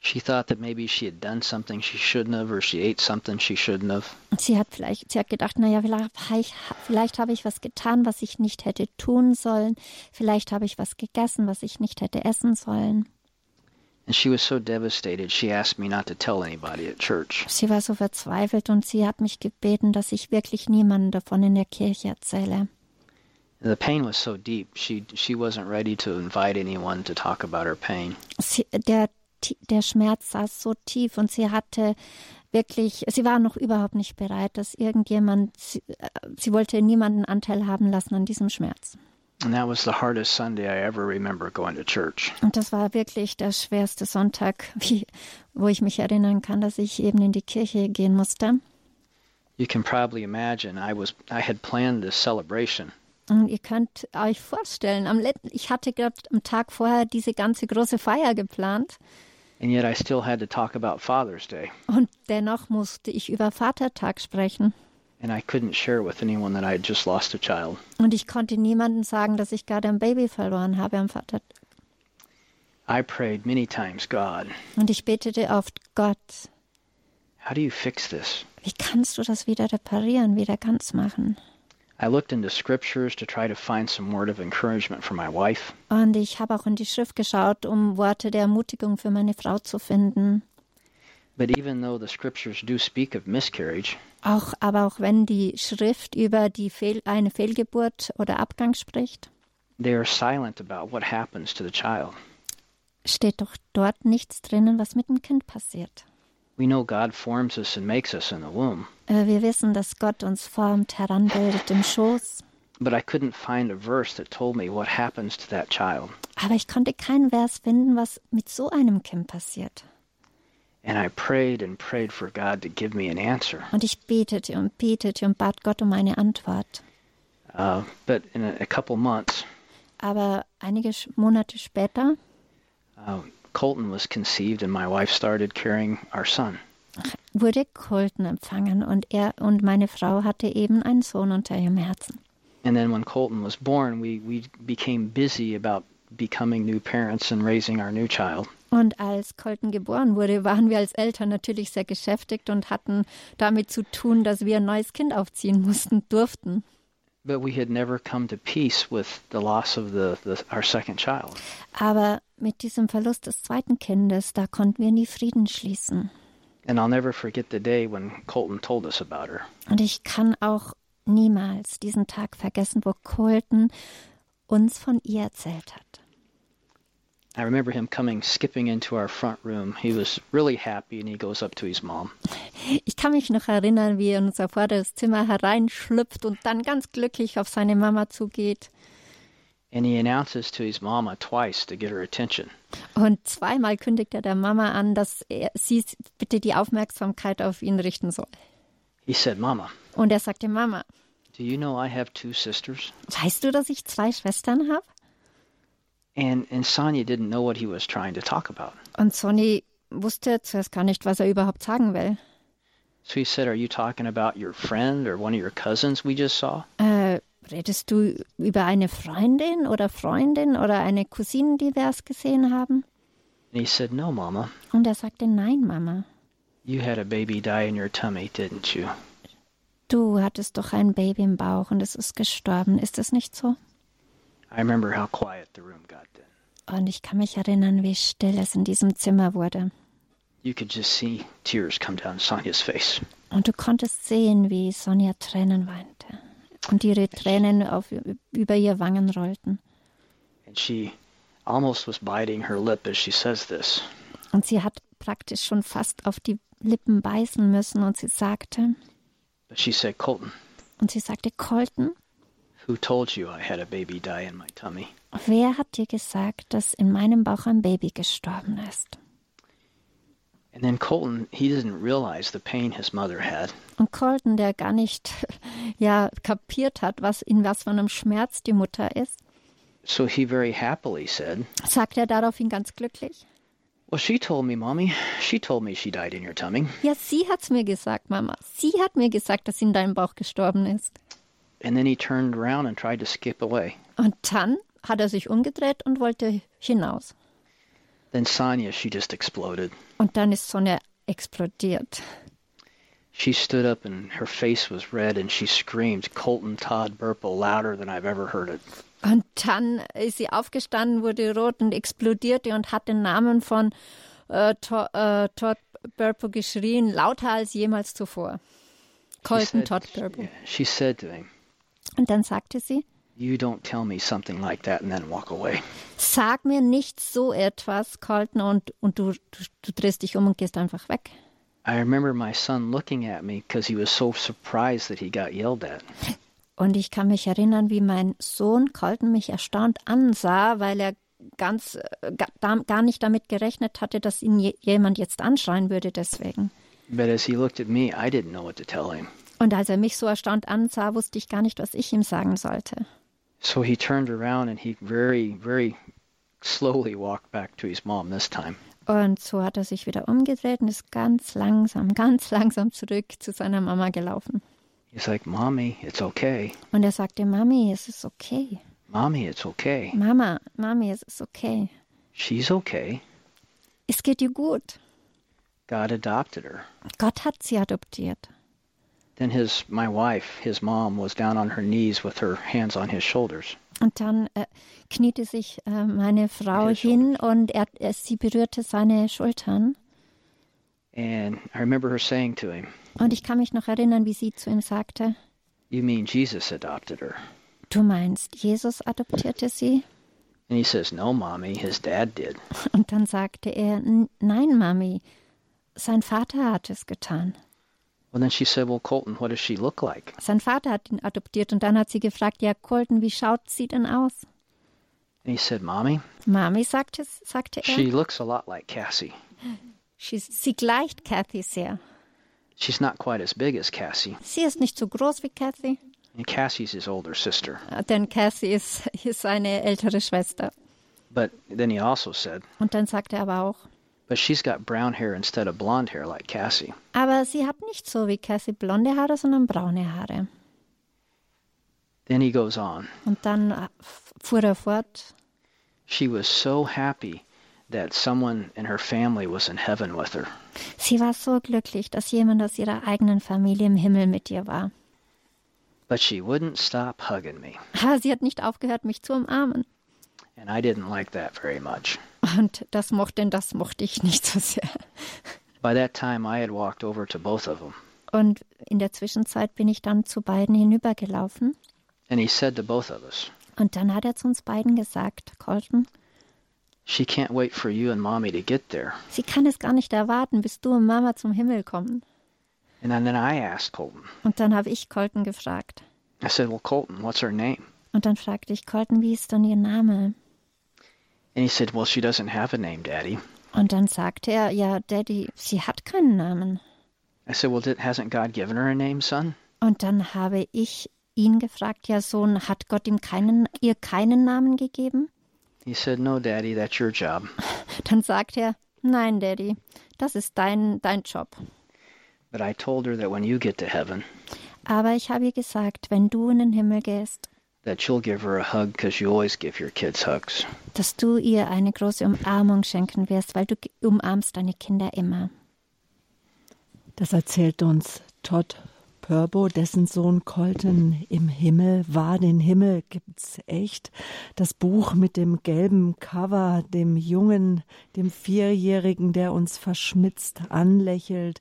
Speaker 3: She thought that maybe she had done something she shouldn't have or she ate something she shouldn't have.
Speaker 2: Sie hat vielleicht, sie hat gedacht, naja, vielleicht, vielleicht habe ich was getan, was ich nicht hätte tun sollen. Vielleicht habe ich was gegessen, was ich nicht hätte essen sollen.
Speaker 3: And she was so devastated, she asked me not to tell anybody at church.
Speaker 2: Sie war so verzweifelt und sie hat mich gebeten, dass ich wirklich niemandem davon in der Kirche erzähle.
Speaker 3: the pain was so deep she she wasn't ready to invite anyone to talk about her pain
Speaker 2: Sie, der, der Schmerz saß so tief und sie hatte wirklich, sie war noch überhaupt nicht bereit, dass irgendjemand, sie, äh, sie wollte niemanden Anteil haben lassen an diesem Schmerz.
Speaker 3: and that was the hardest sunday i ever remember going to church
Speaker 2: Und das war wirklich der schwerste Sonntag, wie, wo ich mich erinnern kann, dass ich eben in die Kirche gehen musste.
Speaker 3: you can probably imagine i was i had planned this celebration
Speaker 2: Und ihr könnt euch vorstellen, am Let ich hatte gerade am Tag vorher diese ganze große Feier geplant
Speaker 3: and yet i still had to talk about father's day
Speaker 2: und dennoch musste ich über Vatertag sprechen.
Speaker 3: and i couldn't share with anyone that i had just lost a child
Speaker 2: Und ich konnte niemandem sagen, dass ich gerade ein Baby verloren habe am Vatertag.
Speaker 3: i prayed many times god
Speaker 2: Und ich betete oft, Gott,
Speaker 3: how do you fix this
Speaker 2: wie kannst du das wieder reparieren, wieder ganz machen?
Speaker 3: i looked into scriptures to try to find some word of encouragement for my wife
Speaker 2: Und ich habe auch in die Schrift geschaut, um Worte der Ermutigung für meine Frau zu finden.
Speaker 3: but even though the scriptures do speak of miscarriage
Speaker 2: Auch, aber auch wenn die Schrift über die Fehl, eine Fehlgeburt oder Abgang spricht,
Speaker 3: they are silent about what happens to the child
Speaker 2: steht doch dort nichts drinnen, was mit dem Kind passiert.
Speaker 3: We know God forms us and makes us in the womb,
Speaker 2: Äh, Wir wissen, dass Gott uns formt, heranbildet im Schoß,
Speaker 3: but I couldn't find a verse that told me what happens to that child.
Speaker 2: aber ich konnte keinen Vers finden, was mit so einem Kind passiert.
Speaker 3: And I prayed and prayed for God to give me an answer.
Speaker 2: Und ich betete und betete und bat Gott um eine Antwort.
Speaker 3: Uh, but in a, a couple months,
Speaker 2: Aber einige Sch- Monate später
Speaker 3: uh, Colton was conceived, and my wife started carrying our son.
Speaker 2: wurde Colton empfangen und er und meine Frau hatte eben einen Sohn unter ihrem Herzen.
Speaker 3: And then when Colton was born, we, we became busy about becoming new parents and raising our new child.
Speaker 2: Und als Colton geboren wurde, waren wir als Eltern natürlich sehr geschäftigt und hatten damit zu tun, dass wir ein neues Kind aufziehen mussten, durften.
Speaker 3: But we had never come to peace with the loss of the, the our second child.
Speaker 2: Aber mit diesem Verlust des zweiten Kindes, da konnten wir nie Frieden schließen.
Speaker 3: And I'll never forget the day when Colton told us about her.
Speaker 2: Und ich kann auch niemals diesen Tag vergessen, wo Colton uns von ihr erzählt hat.
Speaker 3: I remember him coming skipping into our front room. He was really happy and he goes up to his mom.
Speaker 2: Ich kann mich noch erinnern, wie er in unser vorderes Zimmer hereinschlüpft und dann ganz glücklich auf seine Mama zugeht.
Speaker 3: And he announces to his mama twice to get her attention.
Speaker 2: Und zweimal kündigt er der Mama an, dass er, sie bitte die Aufmerksamkeit auf ihn richten soll.
Speaker 3: He said, Mama,
Speaker 2: Und er sagte, Mama,
Speaker 3: do you know I have two sisters?
Speaker 2: weißt du, dass ich zwei Schwestern habe?
Speaker 3: And and Sonia didn't know what he was trying to talk about.
Speaker 2: Und Sonny wusste zuerst gar nicht, was er überhaupt sagen will.
Speaker 3: So he said, Are you talking about your friend or one of your cousins we just saw?
Speaker 2: Äh, redest du über eine Freundin oder Freundin oder eine Cousine, die wir erst gesehen haben?
Speaker 3: And he said, No, Mama.
Speaker 2: Und er sagte, nein, Mama,
Speaker 3: You had a baby die in your tummy, didn't you?
Speaker 2: du hattest doch ein Baby im Bauch und es ist gestorben. Ist das nicht so?
Speaker 3: I remember how quiet the room got then.
Speaker 2: Und ich kann mich erinnern, wie still es in diesem Zimmer wurde.
Speaker 3: You could just see tears come down Sonia's face.
Speaker 2: Und du konntest sehen, wie Sonja Tränen weinte und ihre Tränen auf, über ihr Wangen rollten.
Speaker 3: And she almost was biting her lip as she says this.
Speaker 2: Und sie hat praktisch schon fast auf die Lippen beißen müssen und sie sagte,
Speaker 3: But she said, Colton,
Speaker 2: und sie sagte, Colton,
Speaker 3: who told you I had a baby die in my tummy?
Speaker 2: wer hat dir gesagt, dass in meinem Bauch ein Baby gestorben ist?
Speaker 3: And then Colton, he didn't realize the pain his mother had.
Speaker 2: Und Colton, der gar nicht ja kapiert hat, was in was für einem Schmerz die Mutter ist,
Speaker 3: So he very happily said,
Speaker 2: sagt er daraufhin ganz glücklich,
Speaker 3: Well, she told me, Mommy. She told me she died in your tummy.
Speaker 2: Ja, sie hat's mir gesagt, Mama. Sie hat mir gesagt, dass sie in deinem Bauch gestorben ist.
Speaker 3: And then he turned around and tried to skip away.
Speaker 2: Und dann hat er sich umgedreht und wollte hinaus.
Speaker 3: Then Sonia, she just exploded.
Speaker 2: Und dann ist Sonja explodiert.
Speaker 3: She stood up and her face was red and she screamed Colton Todd Burple louder than I've ever heard it.
Speaker 2: Und dann ist sie aufgestanden, wurde rot und explodierte und hat den Namen von äh, Todd äh, Todd Burpo geschrien, lauter als jemals zuvor.
Speaker 3: She
Speaker 2: Colton
Speaker 3: said-
Speaker 2: Todd Burpo.
Speaker 3: yeah, she said to him,
Speaker 2: Und dann sagte sie,
Speaker 3: You don't tell me something like that and then walk away.
Speaker 2: Sag mir nicht so etwas, Colton, und, und du, du, du drehst dich um und gehst einfach weg.
Speaker 3: I remember my son looking at me because he was so surprised that he got yelled at.
Speaker 2: Und ich kann mich erinnern, wie mein Sohn Colton mich erstaunt ansah, weil er ganz äh, ga- da- gar nicht damit gerechnet hatte, dass ihn je, jemand jetzt anschreien würde deswegen.
Speaker 3: But as he looked at me, I didn't know what to tell him.
Speaker 2: Und als er mich so erstaunt ansah, wusste ich gar nicht, was ich ihm sagen sollte.
Speaker 3: So he turned around and he very, very slowly walked back to his mom this time.
Speaker 2: Und so hat er sich wieder umgedreht und ist ganz langsam, ganz langsam zurück zu seiner Mama gelaufen.
Speaker 3: He's like, Mommy, it's okay.
Speaker 2: Und er sagte, Mami, es ist okay.
Speaker 3: Mommy, it's okay.
Speaker 2: Mama, Mami, es ist okay.
Speaker 3: She's okay.
Speaker 2: Es geht ihr gut.
Speaker 3: God adopted her.
Speaker 2: Gott hat sie adoptiert.
Speaker 3: Then his my wife, his mom, was down on her knees with her hands on his shoulders.
Speaker 2: Und dann äh, kniete sich äh, meine Frau
Speaker 3: Ihre
Speaker 2: hin und er, er, sie berührte seine Schultern.
Speaker 3: And I remember her saying to him,
Speaker 2: Und ich kann mich noch erinnern, wie sie zu ihm sagte,
Speaker 3: You mean Jesus adopted her?
Speaker 2: du meinst, Jesus adoptierte sie?
Speaker 3: And he says, No, Mommy, his dad did.
Speaker 2: Und dann sagte er, "N- nein, Mami, sein Vater hat es getan.
Speaker 3: Well, then she said, Well, Colton, what does she look like?
Speaker 2: Sein Vater hat ihn adoptiert und dann hat sie gefragt, ja, Colton, wie schaut sie denn aus?
Speaker 3: And he said, Mommy,
Speaker 2: Mami, sagte, sagte er,
Speaker 3: she looks a lot like Cassie.
Speaker 2: sie, sie gleicht Kathy sehr.
Speaker 3: She's not quite as big as Cassie.
Speaker 2: Sie ist nicht so groß wie Kathy,
Speaker 3: And Cassie's his older sister.
Speaker 2: äh, denn Kathy ist, ist seine ältere Schwester.
Speaker 3: But then he also said,
Speaker 2: Und dann sagte er aber auch,
Speaker 3: But she's got brown hair instead of blonde hair like Cassie.
Speaker 2: aber sie hat nicht so wie Kathy blonde Haare, sondern braune Haare.
Speaker 3: Then he goes on.
Speaker 2: Und dann äh, f- fuhr er fort,
Speaker 3: She was so happy that someone in her family was in heaven with her.
Speaker 2: sie war so glücklich, dass jemand aus ihrer eigenen Familie im Himmel mit ihr war.
Speaker 3: But she wouldn't stop hugging me.
Speaker 2: Aber sie hat nicht aufgehört, mich zu umarmen.
Speaker 3: And I didn't like that very much.
Speaker 2: Und das mochte, das mochte ich nicht so sehr.
Speaker 3: By that time, I had walked over to both of them.
Speaker 2: Und in der Zwischenzeit bin ich dann zu beiden hinübergelaufen.
Speaker 3: And he said to both of us,
Speaker 2: Und dann hat er zu uns beiden gesagt, Colton,
Speaker 3: She can't wait for you and Mommy to get there.
Speaker 2: sie kann es gar nicht erwarten, bis du und Mama zum Himmel kommen.
Speaker 3: And then I asked Colton,
Speaker 2: Und dann habe ich Colton gefragt.
Speaker 3: I said, Well, Colton, what's her name?
Speaker 2: Und dann fragte ich Colton, wie ist denn ihr Name?
Speaker 3: And he said, Well, she doesn't have a name, Daddy.
Speaker 2: Und dann sagte er, ja, Daddy, sie hat keinen Namen.
Speaker 3: I said, Well, did, hasn't God given her a name, son?
Speaker 2: Und dann habe ich ihn gefragt, ja Sohn, hat Gott ihm keinen, ihr keinen Namen gegeben?
Speaker 3: He said, No, Daddy, that's your job.
Speaker 2: Dann sagt er, nein, Daddy, das ist dein, dein Job.
Speaker 3: But I told her that when you get to heaven,
Speaker 2: Aber ich habe ihr gesagt, wenn du in den Himmel gehst,
Speaker 3: that you'll give her a hug because you always give your kids hugs.
Speaker 2: dass du ihr eine große Umarmung schenken wirst, weil du ge- umarmst deine Kinder immer.
Speaker 1: Das erzählt uns Todd Purbo, dessen Sohn Colton im Himmel war. Den Himmel gibt's echt. Das Buch mit dem gelben Cover, dem Jungen, dem Vierjährigen, der uns verschmitzt anlächelt.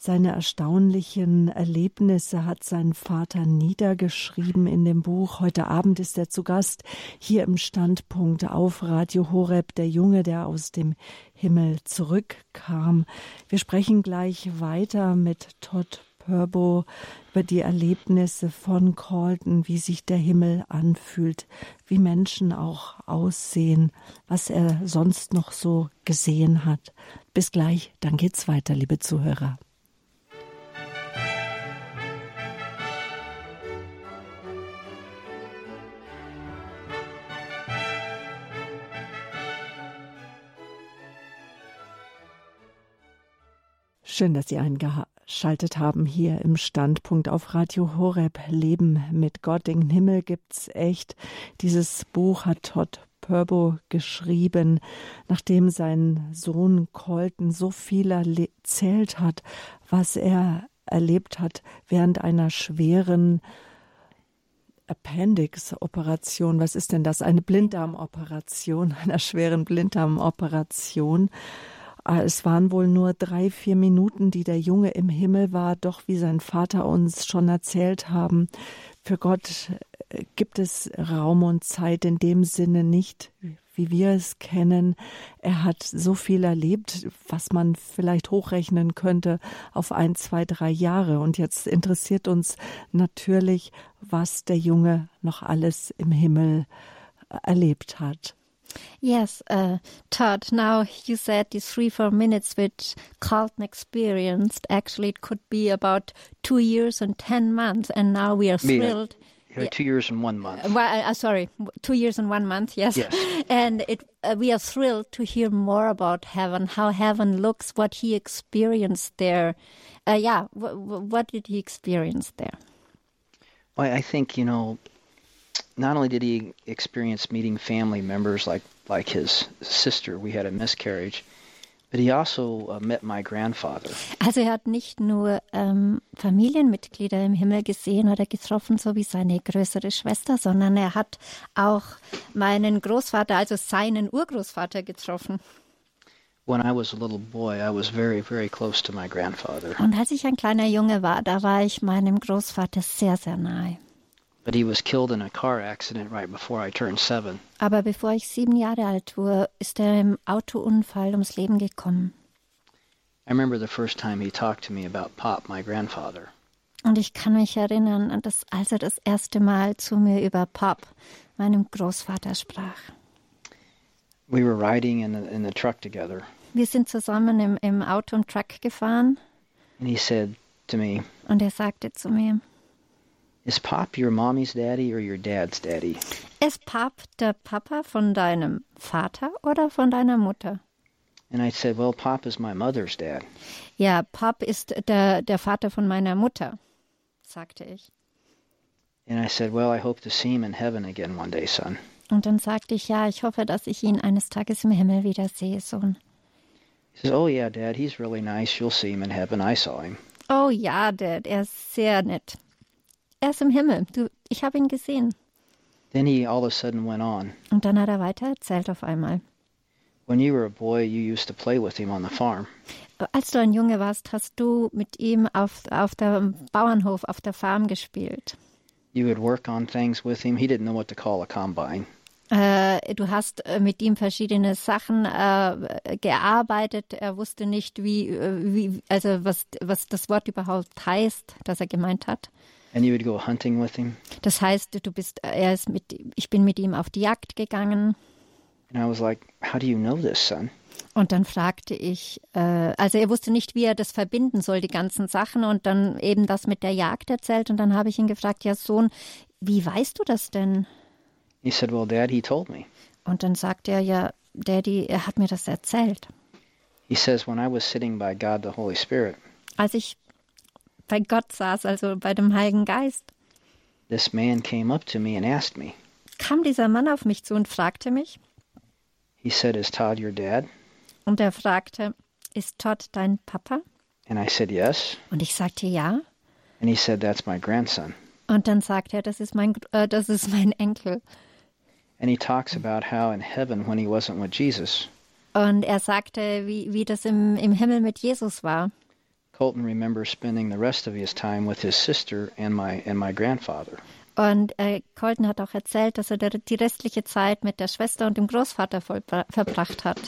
Speaker 1: Seine erstaunlichen Erlebnisse hat sein Vater niedergeschrieben in dem Buch. Heute Abend ist er zu Gast hier im Standpunkt auf Radio Horeb, der Junge, der aus dem Himmel zurückkam. Wir sprechen gleich weiter mit Todd Purbo über die Erlebnisse von Colton, wie sich der Himmel anfühlt, wie Menschen auch aussehen, was er sonst noch so gesehen hat. Bis gleich, dann geht's weiter, liebe Zuhörer. Schön, dass Sie eingeschaltet haben hier im Standpunkt auf Radio Horeb. Leben mit Gott, den Himmel gibt's echt. Dieses Buch hat Todd Purbo geschrieben, nachdem sein Sohn Colton so viel erle- erzählt hat, was er erlebt hat während einer schweren Appendix-Operation. Was ist denn das? Eine Blinddarmoperation, einer schweren Blinddarmoperation Ah, Es waren wohl nur drei, vier Minuten, die der Junge im Himmel war, doch wie sein Vater uns schon erzählt haben. Für Gott äh, gibt es Raum und Zeit in dem Sinne nicht, wie wir es kennen. Er hat so viel erlebt, was man vielleicht hochrechnen könnte auf ein, zwei, drei Jahre. Und jetzt interessiert uns natürlich, was der Junge noch alles im Himmel äh, erlebt hat.
Speaker 2: Yes, uh, Todd, now you said these three, four minutes which Carlton experienced. Actually, it could be about two years and 10 months, and now we are thrilled.
Speaker 3: Yeah. Yeah, two years and one month.
Speaker 2: Well, uh, sorry, two years and one month. Yes.
Speaker 3: Yes.
Speaker 2: And it, uh, we are thrilled to hear more about heaven, how heaven looks, what he experienced there. Uh, yeah. W- w- what did he experience there?
Speaker 3: Well, I think you know, not only did he experience meeting family members like like his sister, we had a miscarriage. But he also uh, met my grandfather.
Speaker 2: Also er hat nicht nur ähm, Familienmitglieder im Himmel gesehen oder getroffen, so wie seine größere Schwester, sondern er hat auch meinen Großvater, also seinen Urgroßvater getroffen.
Speaker 3: When I was a little boy, I was very, very close to my grandfather.
Speaker 2: Und als ich ein kleiner Junge war, da war ich meinem Großvater sehr, sehr nahe.
Speaker 3: But he was killed in a car accident right before I turned seven.
Speaker 2: Aber bevor ich sieben Jahre alt wurde, ist er im Autounfall ums Leben gekommen.
Speaker 3: I remember the first time he talked to me about Pop, my grandfather.
Speaker 2: Und ich kann mich erinnern, dass als er das erste Mal zu mir über Pop, meinem Großvater, sprach.
Speaker 3: We were riding in the, in the truck together,
Speaker 2: Wir sind zusammen im, im Auto und Truck gefahren
Speaker 3: and he said to me,
Speaker 2: und er sagte zu mir,
Speaker 3: Is Pop your mommy's daddy or your dad's daddy?
Speaker 2: ist Pop der Papa von deinem Vater oder von deiner Mutter?
Speaker 3: And I said, Well, Pop is my mother's dad.
Speaker 2: Ja, Pop ist der, der Vater von meiner Mutter, sagte ich.
Speaker 3: And I said, Well, I hope to see him in heaven again one day, son.
Speaker 2: Und dann sagte ich, ja, ich hoffe, dass ich ihn eines Tages im Himmel wiedersehe, Sohn.
Speaker 3: He says, Oh, yeah, Dad, he's really nice. You'll see him in heaven. I saw him.
Speaker 2: Oh ja, Dad, er ist sehr nett. Er ist im Himmel. Du, ich habe ihn gesehen.
Speaker 3: Then he all of a sudden went on.
Speaker 2: Und dann hat er weiter erzählt auf einmal.
Speaker 3: When you were a boy, you used to play with him on the farm.
Speaker 2: Als du ein Junge warst, hast du mit ihm auf, auf dem Bauernhof, auf der Farm gespielt.
Speaker 3: You would work on things with him. He didn't know what to call a combine.
Speaker 2: Äh, du hast äh, mit ihm verschiedene Sachen äh, gearbeitet. Er wusste nicht, wie, äh, wie also was, was das Wort überhaupt heißt, das er gemeint hat.
Speaker 3: And you would go hunting with him.
Speaker 2: Das heißt, du bist, äh, er ist mit, ich bin mit ihm auf die Jagd gegangen.
Speaker 3: And I was like, How do you know this, son?
Speaker 2: Und dann fragte ich, äh, also er wusste nicht, wie er das verbinden soll, die ganzen Sachen und dann eben das mit der Jagd erzählt. Und dann habe ich ihn gefragt, ja Sohn, wie weißt du das denn?
Speaker 3: He said, Well, Dad, he told me.
Speaker 2: Und dann sagte er, ja, Daddy, er hat mir das erzählt.
Speaker 3: He says, When I was sitting by God the Holy Spirit,
Speaker 2: Als ich bei Gott saß, also bei dem Heiligen Geist,
Speaker 3: this man came up to me and asked me,
Speaker 2: kam dieser Mann auf mich zu und fragte mich.
Speaker 3: He said, Is Todd your dad?
Speaker 2: Und er fragte, ist Todd dein Papa?
Speaker 3: And I said, Yes.
Speaker 2: Und ich sagte ja.
Speaker 3: And he said, That's my grandson.
Speaker 2: Und dann sagte er, das ist mein, Gr- äh, das ist mein Enkel.
Speaker 3: And he talks about how in heaven, when he wasn't with Jesus,
Speaker 2: Und er sagte, wie, wie das im, im Himmel mit Jesus war.
Speaker 3: Colton remembers spending the rest of his time with his sister and my and my grandfather.
Speaker 2: Und äh, Colton hat auch erzählt, dass er der, die restliche Zeit mit der Schwester und dem Großvater vollbra- verbracht hat.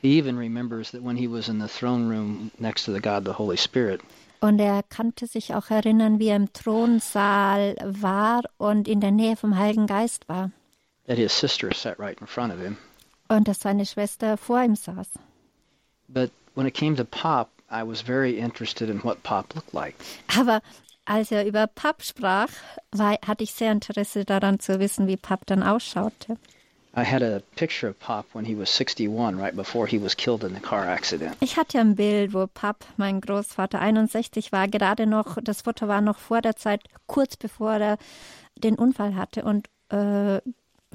Speaker 3: He even remembers that when he was in the throne room next to the God the Holy Spirit,
Speaker 2: Und er konnte sich auch erinnern, wie er im Thronsaal war und in der Nähe vom Heiligen Geist war.
Speaker 3: that his sister sat right in front of him.
Speaker 2: Und dass seine Schwester vor ihm saß.
Speaker 3: But when it came to Pop, I was very interested in what Pop looked like.
Speaker 2: Aber als er über Papp sprach, war, hatte ich sehr Interesse daran zu wissen, wie Papp dann ausschaute.
Speaker 3: I had a picture of Pop when he was 61, right before he was killed in the car accident.
Speaker 2: Ich hatte ein Bild, wo Papp, mein Großvater, 61 war, gerade noch, das Foto war noch vor der Zeit, kurz bevor er den Unfall hatte und äh,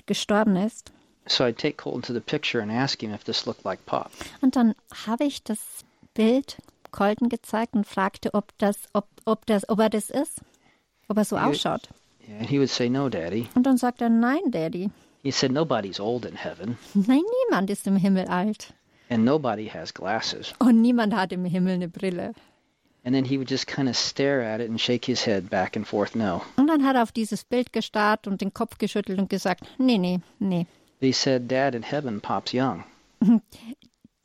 Speaker 2: gestorben ist.
Speaker 3: So I'd take Colton to the picture and ask him if this looked like Pop.
Speaker 2: Und dann habe ich das Bild Colton gezeigt und fragte, ob das, ob, ob das, ob er das ist, ob er so ausschaut.
Speaker 3: And he would say, No, Daddy.
Speaker 2: Und dann sagte er, nein, Daddy,
Speaker 3: He said, Nobody's old in heaven.
Speaker 2: nein, niemand ist im Himmel alt.
Speaker 3: and nobody has glasses.
Speaker 2: Und niemand hat im Himmel eine Brille.
Speaker 3: And then he would just kind of stare at it and shake his head back and forth, no.
Speaker 2: Und dann hat er auf dieses Bild gestarrt und den Kopf geschüttelt und gesagt, nee, nee, nee.
Speaker 3: But he said, Dad, in heaven, Pop's young.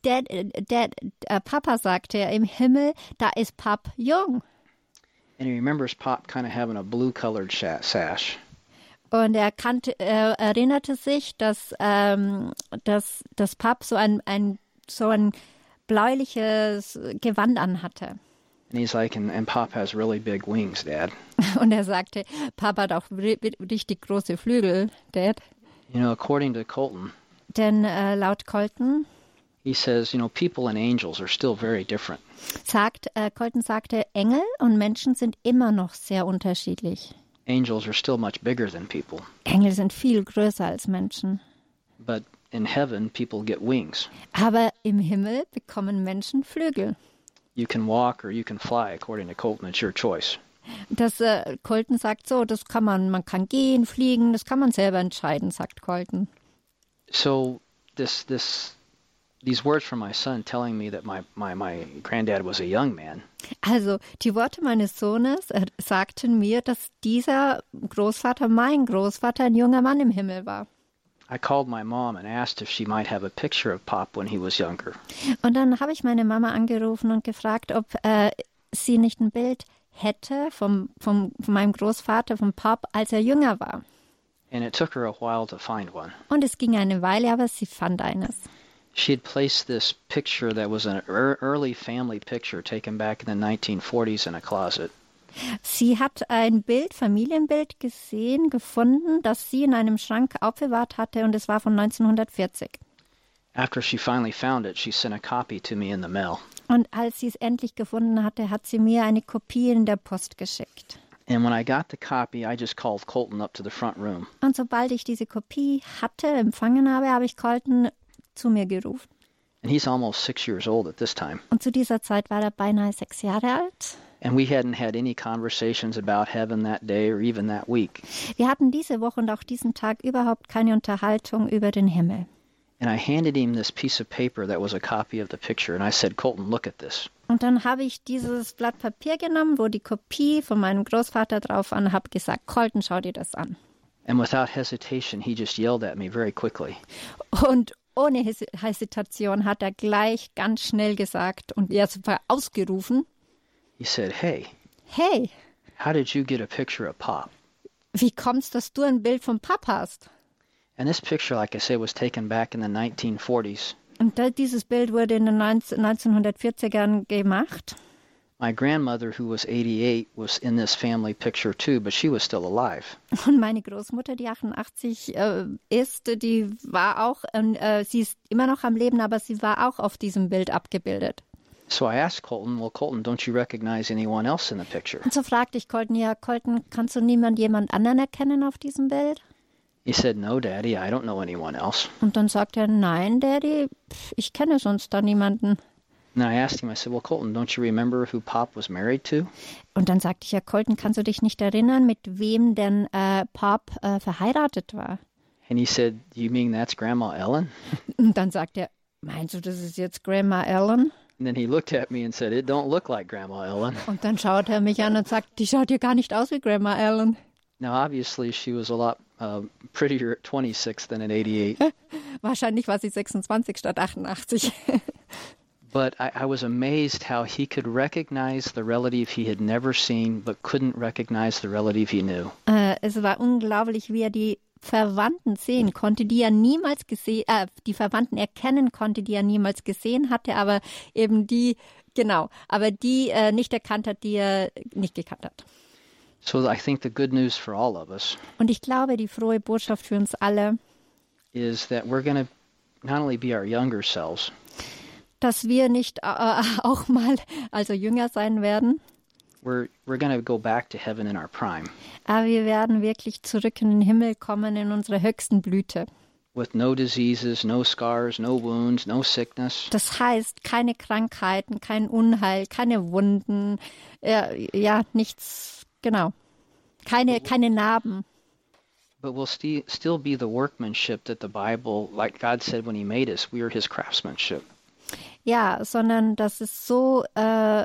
Speaker 2: Dad, äh, Dad, äh, Papa sagte, im Himmel, da ist Pap jung.
Speaker 3: And he remembers Pop kind of having a blue colored sha- sash.
Speaker 2: Und er kannte, er erinnerte sich, dass, ähm, dass, dass Pap so ein, ein, so ein bläuliches Gewand anhatte.
Speaker 3: And he's like, and, and Pop has really big wings, Dad.
Speaker 2: Und er sagte, Papa hat auch ri- richtig große Flügel, Dad.
Speaker 3: You know, according to Colton,
Speaker 2: Denn äh, laut Colton
Speaker 3: he says, you know, people and angels are still very different.
Speaker 2: sagt, äh, Colton sagte, Engel und Menschen sind immer noch sehr unterschiedlich.
Speaker 3: Angels are still much bigger than people.
Speaker 2: Engel sind viel größer als Menschen.
Speaker 3: But in heaven, people get wings.
Speaker 2: Aber im Himmel bekommen Menschen Flügel.
Speaker 3: You can walk or you can fly, according to Colton. It's your choice.
Speaker 2: Das äh, Colton sagt so, das kann man, man kann gehen, fliegen, das kann man selber entscheiden, sagt Colton.
Speaker 3: So this this these words from my son telling me that my, my, my granddad was a young man
Speaker 2: Also die Worte meines Sohnes äh, sagten mir, dass dieser Großvater, mein Großvater, ein junger Mann im Himmel war.
Speaker 3: I called my mom and asked if she might have a picture of Pop when he was younger.
Speaker 2: Und dann habe ich meine Mama angerufen und gefragt, ob äh, sie nicht ein Bild hätte vom, vom, von meinem Großvater, vom Pop, als er jünger war.
Speaker 3: And it took her a while to find one.
Speaker 2: Und es ging eine Weile, aber sie fand eines.
Speaker 3: She had placed this picture that was an ear early family picture taken back in the 1940s in a closet.
Speaker 2: Sie hat ein Bild, Familienbild gesehen, gefunden, das sie in einem Schrank aufbewahrt hatte und es war von 1940.
Speaker 3: After she finally found it, she sent a copy to me in the mail.
Speaker 2: Und als sie es endlich gefunden hatte, hat sie mir eine Kopie in der Post geschickt.
Speaker 3: And when I got the copy, I just called Colton up to the front room.
Speaker 2: Und sobald ich diese Kopie hatte, empfangen habe, habe ich Colton zu mir gerufen.
Speaker 3: And he's almost six years old at this time.
Speaker 2: Und zu dieser Zeit war er beinahe sechs Jahre alt.
Speaker 3: And we hadn't had any conversations about heaven that day or even that week.
Speaker 2: Wir hatten diese Woche und auch diesen Tag überhaupt keine Unterhaltung über den Himmel.
Speaker 3: And I handed him this piece of paper that was a copy of the picture. And I said, Colton, look at this.
Speaker 2: Und dann habe ich dieses Blatt Papier genommen, wo die Kopie von meinem Großvater drauf war und habe gesagt, Colton, schau dir das an.
Speaker 3: And without hesitation, he just yelled at me very quickly.
Speaker 2: Und ohne Hes Hesitation hat er gleich ganz schnell gesagt und erst mal ausgerufen,
Speaker 3: He said, Hey,
Speaker 2: hey,
Speaker 3: how did you get a picture of Pop?
Speaker 2: wie kommt's, dass du ein Bild von Papa hast?
Speaker 3: And this picture, like I said, was taken back in the 1940s.
Speaker 2: Und da, dieses Bild wurde in den 19 1940ern gemacht.
Speaker 3: My grandmother, who was 88, was in this family picture too, but she was still alive.
Speaker 2: Und meine Großmutter, die 88 äh, ist, die war auch, ähm, äh, sie ist immer noch am Leben, aber sie war auch auf diesem Bild abgebildet.
Speaker 3: So I asked Colton, Well, Colton, don't you recognize anyone else in the picture?
Speaker 2: Und so fragte ich Colton, ja, Colton, kannst du niemand jemand anderen erkennen auf diesem Bild?
Speaker 3: He said, No, Daddy, I don't know anyone else.
Speaker 2: Und dann sagte er, nein, Daddy, pf, ich kenne sonst da niemanden.
Speaker 3: And I asked him, I said, Well, Colton, don't you remember who Pop was married to?
Speaker 2: Und dann sagte ich, ja, Colton, kannst du dich nicht erinnern, mit wem denn äh, Pop äh, verheiratet war?
Speaker 3: And he said, You mean that's Grandma Ellen?
Speaker 2: Und dann sagte er, meinst du, das ist jetzt Grandma Ellen?
Speaker 3: And then he looked at me and said, It don't look like Grandma Ellen.
Speaker 2: Und dann schaut er mich an und sagt, die schaut ja gar nicht aus wie Grandma Ellen.
Speaker 3: Now, obviously, she was a lot uh, prettier at 26 than at 88,
Speaker 2: Wahrscheinlich war sie 26 statt 88.
Speaker 3: but I, I was amazed how he could recognize the relative he had never seen but couldn't recognize the relative he knew.
Speaker 2: äh, es war unglaublich, wie er die Verwandten sehen konnte, die er niemals gesehen, äh, die Verwandten erkennen konnte, die er niemals gesehen hatte, aber eben die, genau, aber die äh, nicht erkannt hat, die er nicht gekannt hat.
Speaker 3: So I think the good news for all of us
Speaker 2: Und ich glaube, die frohe Botschaft für uns alle,
Speaker 3: is that we're going to not only be our younger selves,
Speaker 2: dass wir nicht äh, auch mal, also jünger sein werden,
Speaker 3: we're, we're going to go back to heaven in our prime
Speaker 2: aber wir werden wirklich zurück in den Himmel kommen, in unserer höchsten Blüte.
Speaker 3: with no diseases, no scars, no wounds, no sickness.
Speaker 2: Das heißt, keine Krankheiten, kein Unheil, keine Wunden, äh, ja, nichts, genau. Keine, keine Narben.
Speaker 3: But we'll sti- still be the workmanship that the Bible, like God said when He made us, we are His craftsmanship.
Speaker 2: Ja, sondern dass es so, äh,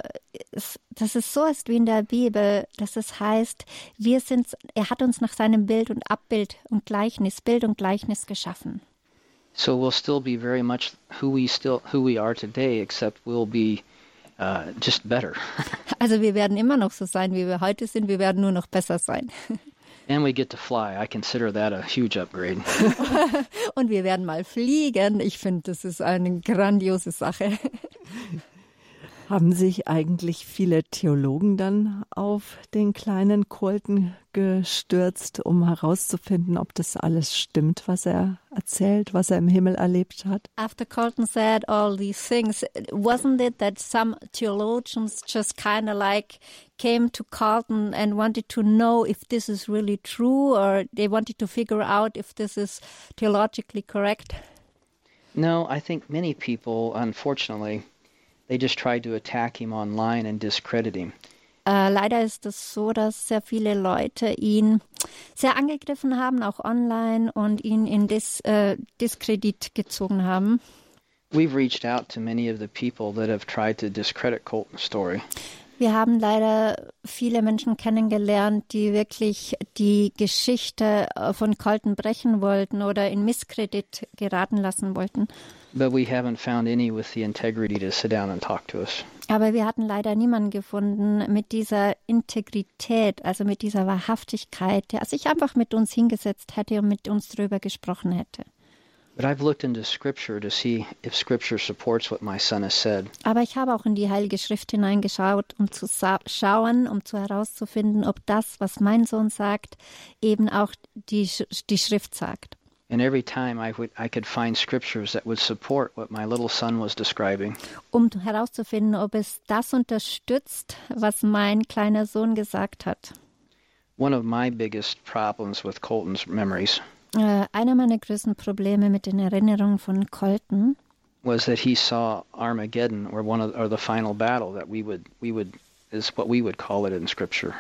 Speaker 2: es, dass es so ist wie in der Bibel, dass es heißt, wir sind, er hat uns nach seinem Bild und Abbild und Gleichnis, Bild und Gleichnis geschaffen.
Speaker 3: So we'll still be very much who we still who we are today, except we'll be uh, just better.
Speaker 2: Also wir werden immer noch so sein, wie wir heute sind. Wir werden nur noch besser sein.
Speaker 3: And we get to fly. I consider that a huge upgrade.
Speaker 2: Und wir werden mal fliegen. Ich finde, das ist eine grandiose Sache.
Speaker 1: Haben sich eigentlich viele Theologen dann auf den kleinen Colton gestürzt, um herauszufinden, ob das alles stimmt, was er erzählt, was er im Himmel erlebt hat?
Speaker 2: After Colton said all these things, wasn't it that some theologians just kind of like came to Colton and wanted to know if this is really true or they wanted to figure out if this is theologically correct?
Speaker 3: No, I think many people, unfortunately, they just tried to attack him online and discredit him.
Speaker 2: Äh, leider ist es so, dass sehr viele Leute ihn sehr angegriffen haben, auch online, und ihn in Dis, äh, Diskredit gezogen haben.
Speaker 3: We've reached out to many of the people that have tried to discredit Colton's story.
Speaker 2: Wir haben leider viele Menschen kennengelernt, die wirklich die Geschichte äh, von Colton brechen wollten oder in Misskredit geraten lassen wollten.
Speaker 3: But we haven't found any with the integrity to sit down and talk to us.
Speaker 2: Aber wir hatten leider niemanden gefunden mit dieser Integrität, also mit dieser Wahrhaftigkeit, der sich einfach mit uns hingesetzt hätte und mit uns drüber gesprochen hätte.
Speaker 3: But I've looked into Scripture to see if Scripture supports what my son has said.
Speaker 2: Aber ich habe auch in die Heilige Schrift hineingeschaut, um zu sa- schauen, um zu herauszufinden, ob das, was mein Sohn sagt, eben auch die, Sch- die Schrift sagt.
Speaker 3: And every time I would I could find scriptures that would support what my little son was describing.
Speaker 2: Um herauszufinden, ob es das unterstützt, was mein kleiner Sohn gesagt hat.
Speaker 3: One of my biggest problems with Colton's memories
Speaker 2: Äh, einer meiner größten Probleme mit den Erinnerungen von Colton
Speaker 3: was that he saw Armageddon or one of, or the final battle that we would we would is what we would call it in scripture.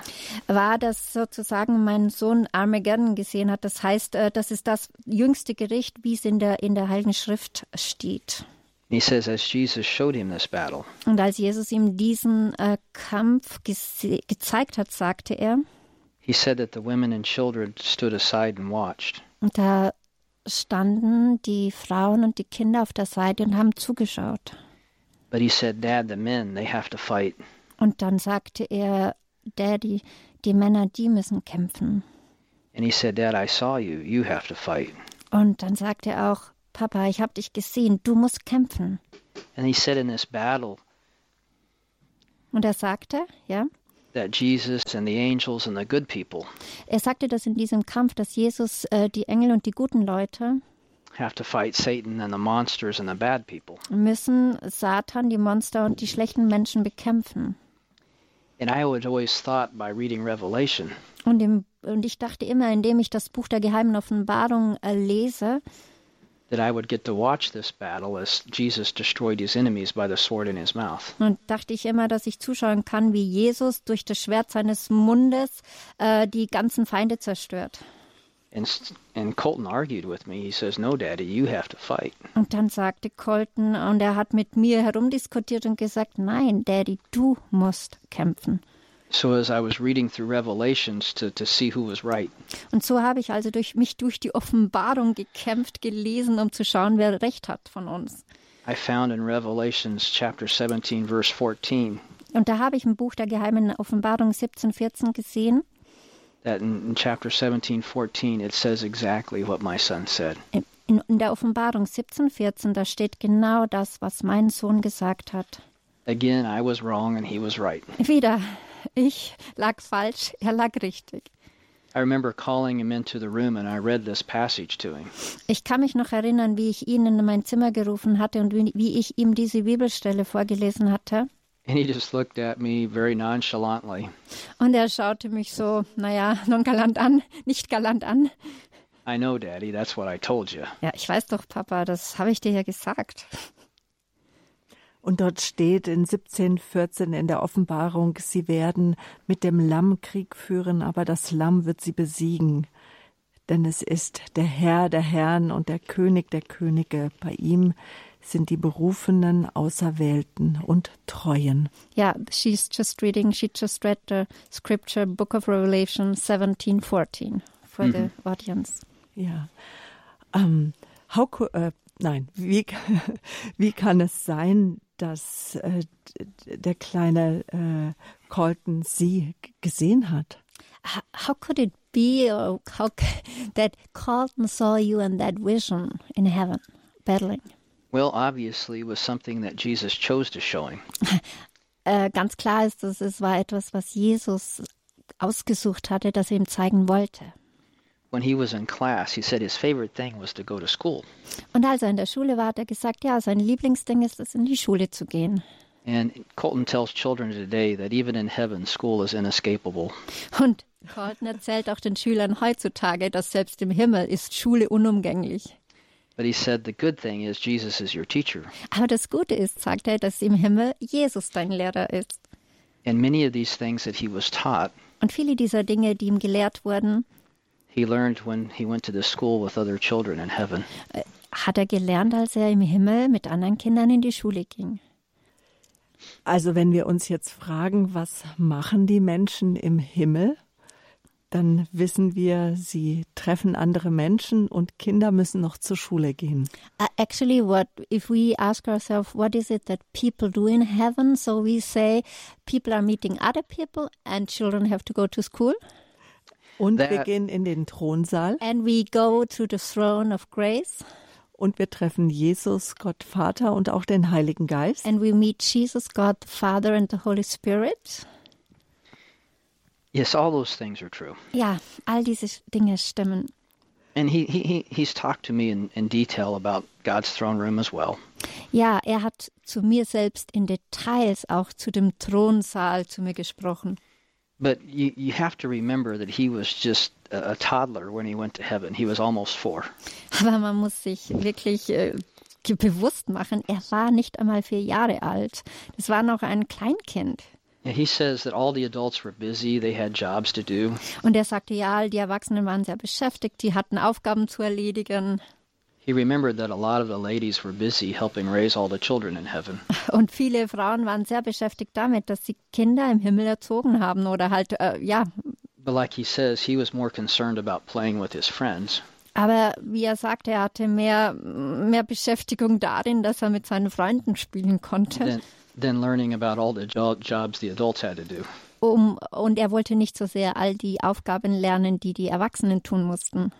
Speaker 2: war, dass sozusagen mein Sohn Armageddon gesehen hat. Das heißt, äh, das ist das jüngste Gericht, wie es in der, in der Heiligen Schrift steht.
Speaker 3: And he says as Jesus showed him this battle,
Speaker 2: Und als Jesus ihm diesen äh, Kampf gese- gezeigt hat, sagte er,
Speaker 3: he said that the women and children stood aside and watched.
Speaker 2: und da standen die Frauen und die Kinder auf der Seite und haben zugeschaut.
Speaker 3: But he said, "Dad, the men, they have to fight."
Speaker 2: Und dann sagte er, Daddy, die Männer, die müssen kämpfen.
Speaker 3: And he said, "Dad, I saw you. You have to fight."
Speaker 2: Und dann sagte er auch, Papa, ich habe dich gesehen, du musst kämpfen.
Speaker 3: And he said in this battle
Speaker 2: Und er sagte, ja,
Speaker 3: that Jesus and the angels and the good people
Speaker 2: Er sagte, dass in diesem Kampf, dass Jesus äh, die Engel und die guten Leute
Speaker 3: have to fight Satan and the monsters and the bad people.
Speaker 2: müssen Satan, die Monster und die schlechten Menschen bekämpfen.
Speaker 3: And I had always thought by reading Revelation
Speaker 2: Und, im, und ich dachte immer, indem ich das Buch der geheimen Offenbarung äh, lese,
Speaker 3: that I would get to watch this battle as Jesus destroyed his enemies by the sword in his mouth.
Speaker 2: und dachte ich immer, dass ich zuschauen kann, wie Jesus durch das Schwert seines Mundes äh, die ganzen Feinde zerstört.
Speaker 3: And s- and Colton argued with me. He says, "No, Daddy, you have to fight."
Speaker 2: Und dann sagte Colton, und er hat mit mir herumdiskutiert und gesagt, nein, Daddy, du musst kämpfen.
Speaker 3: So as I was reading through Revelations to, to see who was right,
Speaker 2: Und so habe ich also durch mich durch die Offenbarung gekämpft, gelesen, um zu schauen, wer recht hat von uns.
Speaker 3: I found in Revelations chapter 17 verse 14
Speaker 2: Und da habe ich im Buch der geheimen Offenbarung 1714 gesehen,
Speaker 3: that in, in chapter 17 14 it says exactly what my son said.
Speaker 2: in, in der Offenbarung 1714, da steht genau das, was mein Sohn gesagt hat.
Speaker 3: Again, I was wrong and he was right.
Speaker 2: Wieder, ich lag falsch, er lag richtig.
Speaker 3: I remember calling him into the room and I read this passage to him.
Speaker 2: Ich kann mich noch erinnern, wie ich ihn in mein Zimmer gerufen hatte und wie, wie ich ihm diese Bibelstelle vorgelesen hatte.
Speaker 3: And he just looked at me very nonchalantly.
Speaker 2: Und er schaute mich so, naja, nonchalant an, nicht galant an.
Speaker 3: I know, Daddy, that's what I told you.
Speaker 2: Ja, ich weiß doch, Papa, das habe ich dir ja gesagt.
Speaker 1: Und dort steht in 17,14 in der Offenbarung, sie werden mit dem Lamm Krieg führen, aber das Lamm wird sie besiegen. Denn es ist der Herr der Herren und der König der Könige. Bei ihm sind die berufenen, auserwählten und treuen.
Speaker 2: Yeah, she's just reading, she just read the scripture, Book of Revelation 17 14 for the audience.
Speaker 1: Ja. Ähm, how, co- äh, nein, wie, wie kann es sein, dass äh, d- der kleine äh, Colton sie g- gesehen hat?
Speaker 2: H- how could it be or how, c- that Carlton saw you in that vision in heaven battling?
Speaker 3: Well, obviously, it was something that Jesus chose to show him.
Speaker 2: Äh, ganz klar ist, dass es war etwas, was Jesus ausgesucht hatte, das er ihm zeigen wollte.
Speaker 3: When he was in class, he said his favorite thing was to go to school.
Speaker 2: Und als er in der Schule war, hat er gesagt, ja, sein Lieblingsding ist es, in die Schule zu gehen.
Speaker 3: And Colton tells children today that even in heaven, school is inescapable.
Speaker 2: Und Colton erzählt auch den Schülern heutzutage, dass selbst im Himmel ist Schule unumgänglich.
Speaker 3: But he said the good thing is Jesus is your teacher.
Speaker 2: Aber das Gute ist, sagt er, dass im Himmel Jesus dein Lehrer ist.
Speaker 3: And many of these things that he was taught,
Speaker 2: Und viele dieser Dinge, die ihm gelehrt wurden,
Speaker 3: he learned when he went to the school with other children in heaven.
Speaker 2: hat er gelernt, als er im Himmel mit anderen Kindern in die Schule ging.
Speaker 1: Also wenn wir uns jetzt fragen, was machen die Menschen im Himmel, dann wissen wir, sie treffen andere Menschen und Kinder müssen noch zur Schule gehen.
Speaker 2: Uh, actually, what if we ask ourselves, what is it that people do in heaven? So we say, people are meeting other people, and children have to go to school,
Speaker 1: Und wir
Speaker 3: That-
Speaker 1: gehen in den Thronsaal
Speaker 2: and we go to the throne of grace,
Speaker 1: und wir treffen Jesus, Gott Vater und auch den Heiligen Geist.
Speaker 2: and we meet Jesus, God the Father, and the Holy Spirit.
Speaker 3: Yes, all those things are true.
Speaker 2: Ja, all diese Sch- Dinge stimmen.
Speaker 3: And he, he, he he's talked to me in, in detail about God's throne room as well.
Speaker 2: Ja, er hat zu mir selbst in Details auch zu dem Thronsaal zu mir gesprochen.
Speaker 3: But you, you have to remember that he was just a, a toddler when he went to heaven. He was almost four.
Speaker 2: Aber man muss sich wirklich äh, ge- bewusst machen, er war nicht einmal vier Jahre alt. Das war noch ein Kleinkind.
Speaker 3: And he says that all the adults were busy, they had jobs to do.
Speaker 2: Und er sagte, ja, all die Erwachsenen waren sehr beschäftigt, die hatten Aufgaben zu erledigen.
Speaker 3: He remembered that a lot of the ladies were busy helping raise all the children in heaven.
Speaker 2: Und viele Frauen waren sehr beschäftigt damit, dass sie Kinder im Himmel erzogen haben oder halt, äh, ja.
Speaker 3: But like he says, he was more concerned about playing with his friends.
Speaker 2: Aber wie er sagte, er hatte mehr, mehr Beschäftigung darin, dass er mit seinen Freunden spielen konnte.
Speaker 3: than, than learning about all the jo- jobs the adults had to do.
Speaker 2: Um, und er wollte nicht so sehr all die Aufgaben lernen, die die Erwachsenen tun mussten.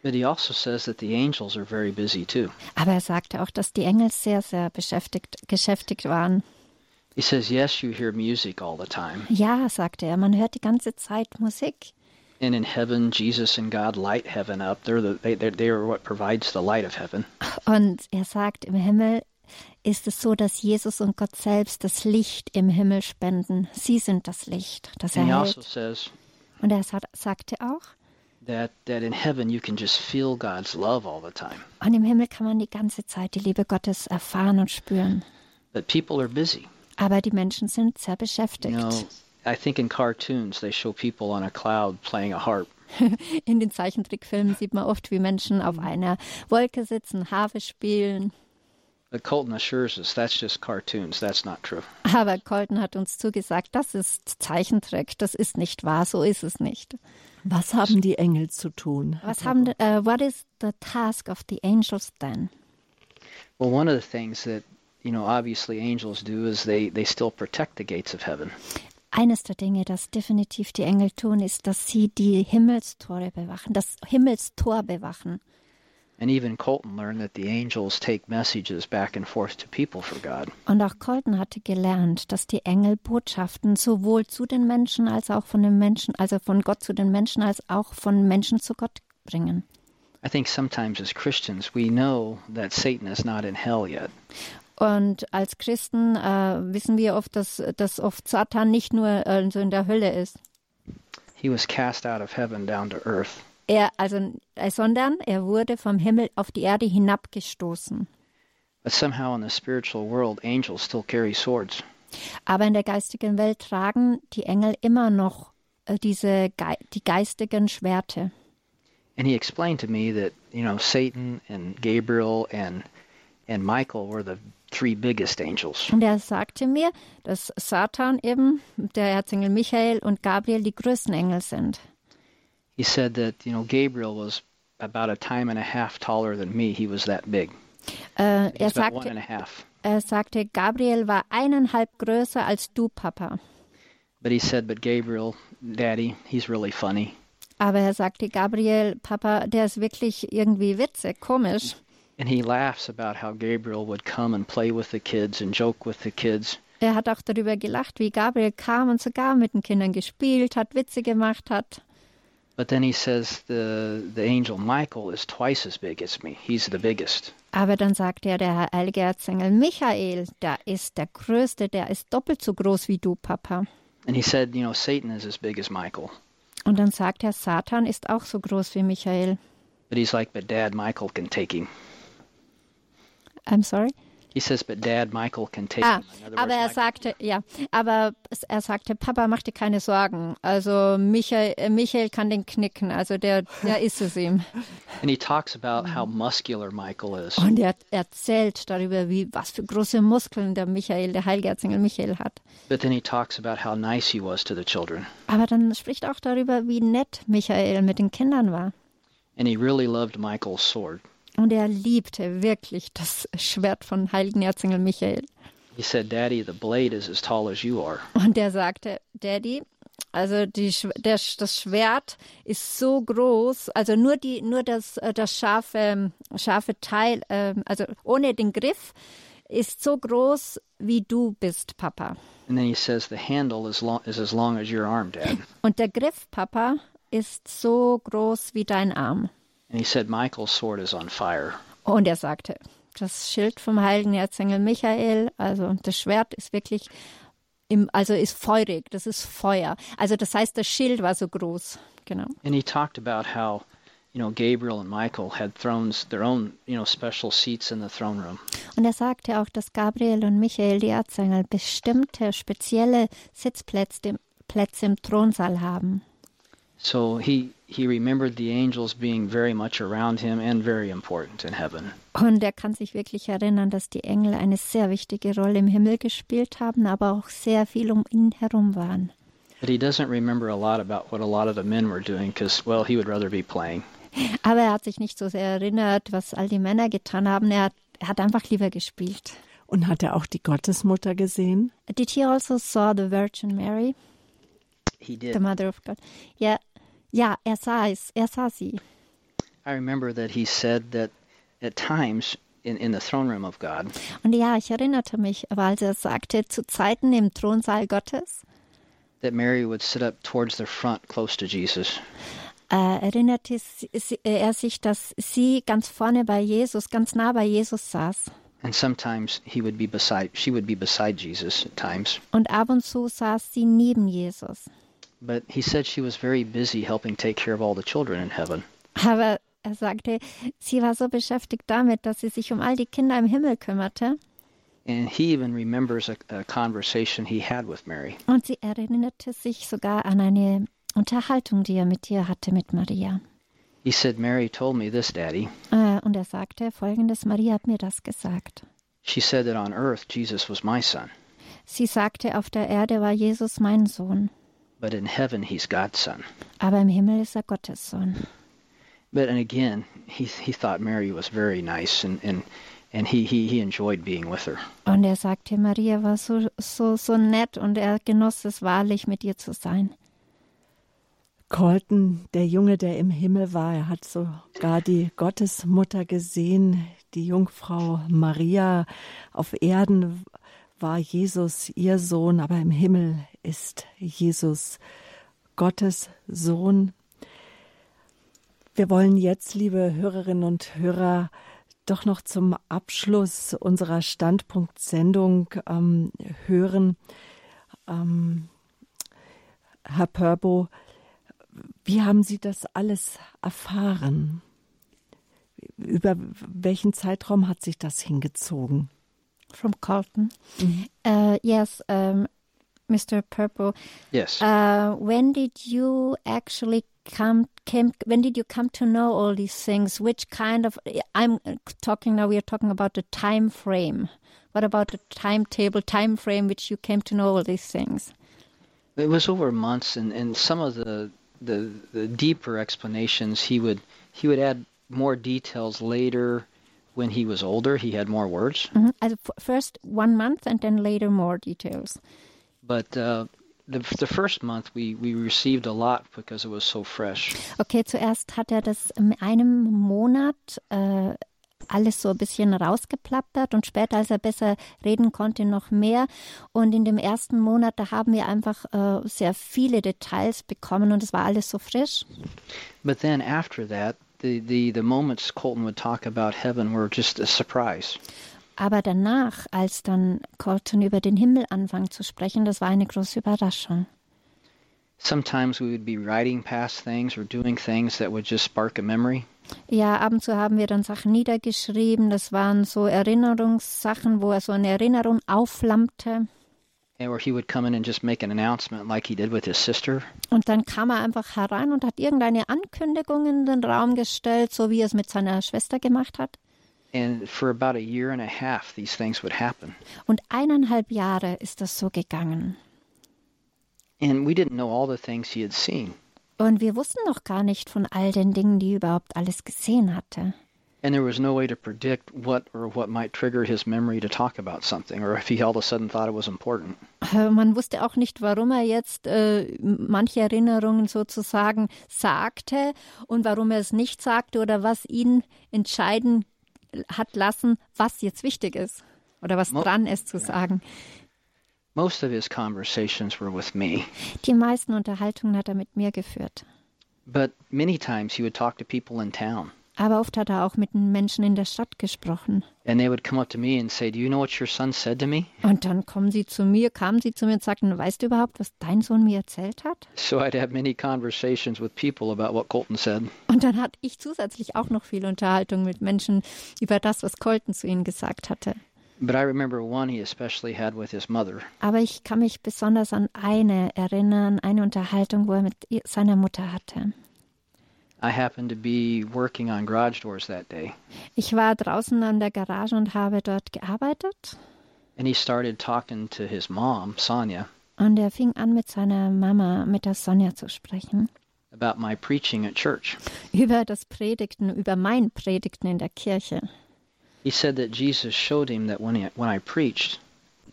Speaker 3: But he also says that the angels are very busy too.
Speaker 2: Aber er sagte auch, dass die Engel sehr, sehr beschäftigt, geschäftigt waren.
Speaker 3: He says, Yes, you hear music all the time.
Speaker 2: Ja, sagte er, man hört die ganze Zeit Musik.
Speaker 3: And in heaven, Jesus and God light heaven up. They're the, they, they're, they are what provides the light of heaven.
Speaker 2: Und er sagt, im Himmel ist es so, dass Jesus und Gott selbst das Licht im Himmel spenden. Sie sind das Licht, das
Speaker 3: And he also
Speaker 2: erhält.
Speaker 3: says
Speaker 2: Und er sa- sagte auch,
Speaker 3: that, that in heaven, you can just feel God's love all the time.
Speaker 2: und im Himmel kann man die ganze Zeit die Liebe Gottes erfahren und spüren.
Speaker 3: But people are busy.
Speaker 2: Aber die Menschen sind sehr
Speaker 3: You
Speaker 2: beschäftigt.
Speaker 3: know, I think in cartoons, they show people on a cloud playing a harp.
Speaker 2: In den Zeichentrickfilmen sieht man oft, wie Menschen auf einer Wolke sitzen, Harfe spielen.
Speaker 3: But Colton assures us that's just cartoons. That's not true.
Speaker 2: Aber Colton hat uns zugesagt, das ist Zeichentrick, das ist nicht wahr, so ist es nicht.
Speaker 1: Was haben die Engel zu tun?
Speaker 2: Was haben, äh, what is the task of the angels then?
Speaker 3: Well, one of the things that you know obviously angels do is they they still protect the gates of heaven.
Speaker 2: Eines der Dinge, das definitiv die Engel tun, ist, dass sie die Himmelstore bewachen, das Himmelstor bewachen.
Speaker 3: And even Colton learned that the angels take messages back and forth to people for God.
Speaker 2: Und auch Colton hatte gelernt, dass die Engel Botschaften sowohl zu den Menschen als auch von den Menschen, also von Gott zu den Menschen, als auch von Menschen zu Gott bringen.
Speaker 3: I think sometimes as Christians we know that Satan is not in hell yet.
Speaker 2: Und als Christen äh, wissen wir oft, dass, dass oft Satan nicht nur äh, so in der Hölle ist.
Speaker 3: He was cast out of heaven down to earth.
Speaker 2: Er, also, äh, sondern er wurde vom Himmel auf die Erde hinabgestoßen.
Speaker 3: But somehow in the spiritual world angels still carry swords.
Speaker 2: Aber in der geistigen Welt tragen die Engel immer noch äh, diese Ge die geistigen Schwerte.
Speaker 3: And he explained to me that, you know, Satan and Gabriel and and Michael were the three biggest angels.
Speaker 2: Und er sagte mir, dass Satan eben, der Erzengel Michael und Gabriel die größten Engel sind.
Speaker 3: He said that, you know, Gabriel was about a time and a half taller than me. He was that big.
Speaker 2: Äh,
Speaker 3: He
Speaker 2: er,
Speaker 3: was about one and a
Speaker 2: sagte,
Speaker 3: half.
Speaker 2: er sagte, Gabriel war eineinhalb größer als du, Papa.
Speaker 3: But he said, but Gabriel, Daddy, he's really funny.
Speaker 2: Aber er sagte, Gabriel, Papa, der ist wirklich irgendwie witzig, komisch.
Speaker 3: And he laughs about how Gabriel would come and play with the kids and joke with the kids.
Speaker 2: Er hat auch darüber gelacht, wie Gabriel kam und sogar mit den Kindern gespielt hat, Witze gemacht hat.
Speaker 3: But then he says the the angel Michael is twice as big as me. He's the biggest.
Speaker 2: Aber dann sagte er, der heilige Erzengel Michael, der ist der Größte, der ist doppelt so groß wie du, Papa.
Speaker 3: And he said, you know, Satan is as big as Michael.
Speaker 2: Und dann sagt er, Satan ist auch so groß wie Michael.
Speaker 3: But he's like, but Dad, Michael can take him.
Speaker 2: I'm sorry.
Speaker 3: He says, but Dad, Michael can take
Speaker 2: Ah,
Speaker 3: him. In other
Speaker 2: aber er
Speaker 3: words, Michael-
Speaker 2: sagte, ja, aber s- er sagte, Papa, mach dir keine Sorgen. Also Michael, äh, Michael kann den knicken, also der, der ist es ihm.
Speaker 3: and he talks about how muscular Michael is.
Speaker 2: Und er erzählt darüber, wie was für große Muskeln der Michael, der heilige Erzengel Michael hat.
Speaker 3: But then he talks about how nice he was to the children.
Speaker 2: Aber dann spricht auch darüber, wie nett Michael mit den Kindern war.
Speaker 3: And he really loved Michael's sword.
Speaker 2: Und er liebte wirklich das Schwert von heiligen Erzengel Michael.
Speaker 3: He said, Daddy, the blade is as tall as you are.
Speaker 2: Und er sagte, Daddy, also die, Sch- der, Sch- das Schwert ist so groß, also nur die, nur das, äh, das scharfe, scharfe Teil, ähm, also ohne den Griff, ist so groß wie du bist, Papa.
Speaker 3: And then he says, the handle is, long, is as long as your arm, Dad.
Speaker 2: Und der Griff, Papa, ist so groß wie dein Arm.
Speaker 3: And he said, Michael's sword is on fire.
Speaker 2: Und er sagte, das Schild vom heiligen Erzengel Michael, also das Schwert ist wirklich, im, also ist feurig, das ist Feuer. Also das heißt, das Schild war so groß, genau.
Speaker 3: And he talked about how, you know, Gabriel and Michael had thrones, their own, you know, special seats in the throne room.
Speaker 2: Und er sagte auch, dass Gabriel und Michael, die Erzengel, bestimmte spezielle Sitzplätze Plätze im Thronsaal haben.
Speaker 3: So he, he remembered the angels being very much around him and very important in heaven.
Speaker 2: Und er kann sich wirklich erinnern, dass die Engel eine sehr wichtige Rolle im Himmel gespielt haben, aber auch sehr viel um ihn herum waren.
Speaker 3: But he doesn't remember a lot about what a lot of the men were doing because, well, he would rather be playing.
Speaker 2: Aber er hat sich nicht so sehr erinnert, was all die Männer getan haben. Er hat, er hat einfach lieber gespielt.
Speaker 1: Und hat er auch die Gottesmutter gesehen?
Speaker 2: Did he also saw the Virgin Mary,
Speaker 3: He
Speaker 2: the
Speaker 3: did.
Speaker 2: Mother of God? Ja, ja, er sah es, er sah sie.
Speaker 3: I remember that he said that at times in, in the throne room of God,
Speaker 2: Und ja, ich erinnerte mich, aber als er sagte, zu Zeiten im Thronsaal Gottes,
Speaker 3: that Mary would sit up towards the front close to Jesus.
Speaker 2: äh, erinnerte sie, sie- äh, er sich, dass sie ganz vorne bei Jesus, ganz nah bei Jesus saß.
Speaker 3: And sometimes he would be beside, she would be beside Jesus at times.
Speaker 2: Und ab und zu saß sie neben Jesus.
Speaker 3: But he said she was very busy helping take care of all the children in heaven.
Speaker 2: Aber er sagte, sie war so beschäftigt damit, dass sie sich um all die Kinder im Himmel kümmerte.
Speaker 3: And he even remembers a, a conversation he had with Mary.
Speaker 2: Und sie erinnerte sich sogar an eine Unterhaltung, die er mit ihr hatte, mit Maria.
Speaker 3: He said, Mary told me this, Daddy.
Speaker 2: Äh, Und er sagte folgendes, Maria hat mir das gesagt.
Speaker 3: She said that on earth Jesus was my son,
Speaker 2: Sie sagte, auf der Erde war Jesus mein Sohn,
Speaker 3: but in heaven he's God's son.
Speaker 2: aber im Himmel ist er Gottes Sohn.
Speaker 3: But and again, he he thought Mary was very nice and and and he he, he enjoyed being with her.
Speaker 2: Und er sagte, Maria war so, so, so nett und er genoss es wahrlich, mit ihr zu sein.
Speaker 1: Colton, der Junge, der im Himmel war, er hat sogar die Gottesmutter gesehen, die Jungfrau Maria. Auf Erden war Jesus ihr Sohn, aber im Himmel ist Jesus Gottes Sohn. Wir wollen jetzt, liebe Hörerinnen und Hörer, doch noch zum Abschluss unserer Standpunktsendung ähm, hören. Ähm, Herr Pörbo, wie haben Sie das alles erfahren? Über welchen Zeitraum hat sich das hingezogen?
Speaker 2: From Colton. Uh, yes, um, Mr. Purple,
Speaker 3: Yes.
Speaker 2: uh, when did Uh, you actually come came when did you come to know all these things which kind of i'm talking now we are talking about the time frame what about the timetable time frame which you came to know all these things
Speaker 3: it was over months and, and some of the, the the deeper explanations he would he would add more details later when he was older he had more words
Speaker 2: mm-hmm. As first one month and then later more details
Speaker 3: but uh, the, the first month we, we received a lot because it was so fresh.
Speaker 2: Okay, zuerst hat er das in einem Monat äh, alles so ein bisschen rausgeplappert und später, als er besser reden konnte, noch mehr. Und in dem ersten Monat, da haben wir einfach äh, sehr viele Details bekommen und es war alles so frisch.
Speaker 3: But then after that, the, the, the moments Colton would talk about heaven were just a surprise.
Speaker 2: Aber danach, als dann Colton über den Himmel anfing zu sprechen, das war eine große Überraschung.
Speaker 3: Sometimes we would be writing past things or doing things that would just spark a memory.
Speaker 2: Ja, ab und zu haben wir dann Sachen niedergeschrieben. Das waren so Erinnerungssachen, wo er so eine Erinnerung aufflammte.
Speaker 3: And where he would come in and just make an announcement like he did with his sister.
Speaker 2: Und dann kam er einfach herein und hat irgendeine Ankündigung in den Raum gestellt, so wie er es mit seiner Schwester gemacht hat.
Speaker 3: And for about a year and a half, these things would happen.
Speaker 2: Und eineinhalb Jahre ist das so gegangen.
Speaker 3: And we didn't know all the things he had seen.
Speaker 2: Und wir wussten noch gar nicht von all den Dingen, die er überhaupt alles gesehen hatte.
Speaker 3: And there was no way to predict what or what might trigger his memory to talk about something, or if he all of a sudden thought it was important.
Speaker 2: Äh, Man wusste auch nicht, warum er jetzt äh, manche Erinnerungen sozusagen sagte und warum er es nicht sagte oder was ihn entscheiden hat lassen, was jetzt wichtig ist oder was Mo dran ist zu sagen.
Speaker 3: Most of his conversations were with me.
Speaker 2: Die meisten Unterhaltungen hat er mit mir geführt.
Speaker 3: But many times he would talk to people in town.
Speaker 2: Aber oft hat er auch mit den Menschen in der Stadt gesprochen.
Speaker 3: And they would come up to me and say, "Do you know what your son said to me?"
Speaker 2: Und dann kommen sie zu mir, kamen sie zu mir und sagten, "Weißt du überhaupt, was dein Sohn mir erzählt hat?"
Speaker 3: So I'd have many conversations with people about what Colton said.
Speaker 2: Und dann hatte ich zusätzlich auch noch viel Unterhaltung mit Menschen über das, was Colton zu ihnen gesagt hatte.
Speaker 3: But I remember one he especially had with his mother.
Speaker 2: Aber ich kann mich besonders an eine erinnern, eine Unterhaltung, wo er mit seiner Mutter hatte.
Speaker 3: I happened to be working on garage doors that day.
Speaker 2: Ich war draußen an der Garage und habe dort gearbeitet.
Speaker 3: And he started talking to his mom, Sonia,
Speaker 2: Und er fing an mit seiner Mama, mit der Sonja zu sprechen
Speaker 3: about my preaching at church.
Speaker 2: über das Predigten, über mein Predigten in der Kirche.
Speaker 3: He said that Jesus showed him that when, he, when I preached,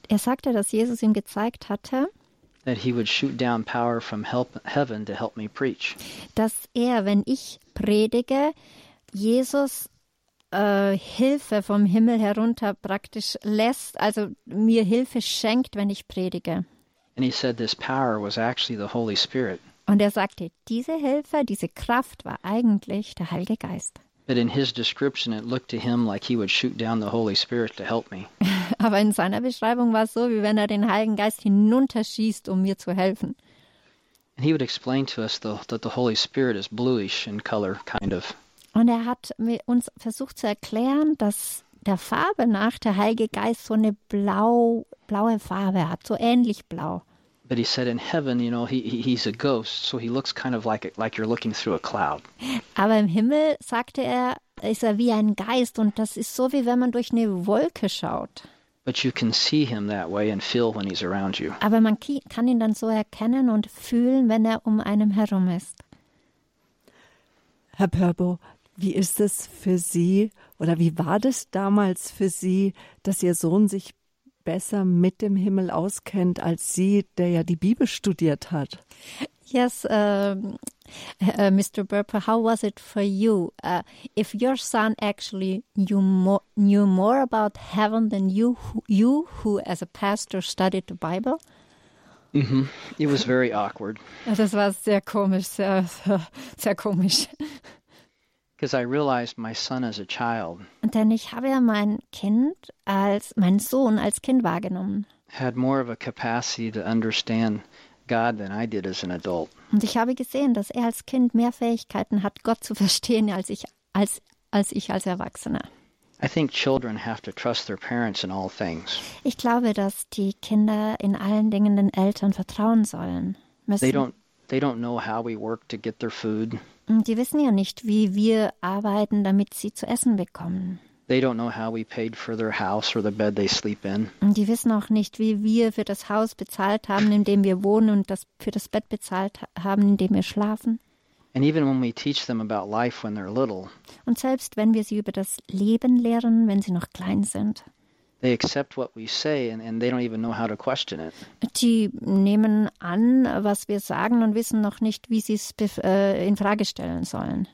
Speaker 2: Er sagte, dass Jesus ihm gezeigt hatte,
Speaker 3: that he would shoot down power from help, heaven to help me preach.
Speaker 2: dass er, wenn ich predige, Jesus äh, Hilfe vom Himmel herunter praktisch lässt, also mir Hilfe schenkt, wenn ich predige.
Speaker 3: And he said this power was actually the Holy Spirit.
Speaker 2: Und er sagte, diese Hilfe, diese Kraft war eigentlich der Heilige Geist.
Speaker 3: But in his description, it looked to him like he would shoot down the Holy Spirit to help me.
Speaker 2: Aber in seiner Beschreibung war es so, wie wenn er den Heiligen Geist hinunterschießt, um mir zu helfen.
Speaker 3: And he would explain to us the, that the Holy Spirit is bluish in color, kind of.
Speaker 2: Und er hat mir- uns versucht zu erklären, dass der Farbe nach der Heilige Geist so eine blau, blaue Farbe hat, so ähnlich blau.
Speaker 3: But he said in heaven, you know, he, he he's a ghost, so he looks kind of like a, like you're looking through a cloud.
Speaker 2: Aber im Himmel, sagte er, ist er wie ein Geist und das ist so, wie wenn man durch eine Wolke schaut.
Speaker 3: But you can see him that way and feel when he's around you.
Speaker 2: Aber man ki- kann ihn dann so erkennen und fühlen, wenn er um einem herum ist.
Speaker 1: Herr Pörbo, wie ist es für Sie oder wie war das damals für Sie, dass Ihr Sohn sich besser mit dem Himmel auskennt als Sie, der ja die Bibel studiert hat?
Speaker 2: Yes, um, uh, Mr. Burper, how was it for you? Uh, if your son actually knew more, knew more about heaven than you, who, you who as a pastor studied the Bible?
Speaker 3: It was very awkward
Speaker 2: Das war sehr komisch, sehr, sehr komisch.
Speaker 3: because I realized my son as a child
Speaker 2: Denn ich habe ja mein Kind als, meinen Sohn als Kind wahrgenommen.
Speaker 3: had more of a capacity to understand God than I did as an adult.
Speaker 2: Und ich habe gesehen, dass er als Kind mehr Fähigkeiten hat, Gott zu verstehen, als ich als, als, ich als Erwachsener.
Speaker 3: I think children have to trust their parents in all things.
Speaker 2: Ich glaube, dass die Kinder in allen Dingen den Eltern vertrauen sollen.
Speaker 3: They
Speaker 2: Müssen.
Speaker 3: don't They don't know how we work to get their food.
Speaker 2: Die wissen ja nicht, wie wir arbeiten, damit sie zu essen bekommen.
Speaker 3: They don't know how we paid for their house or the bed they sleep in.
Speaker 2: Und die wissen auch nicht, wie wir für das Haus bezahlt haben, in dem wir wohnen und das für das Bett bezahlt ha- haben, in dem wir schlafen.
Speaker 3: And even when we teach them about life when they're little,
Speaker 2: Und selbst wenn wir sie über das Leben lehren, wenn sie noch klein sind,
Speaker 3: they accept what we say and, and they don't even know how to question it.
Speaker 2: die nehmen an, was wir sagen und wissen noch nicht, wie sie es bef- äh, in Frage stellen sollen.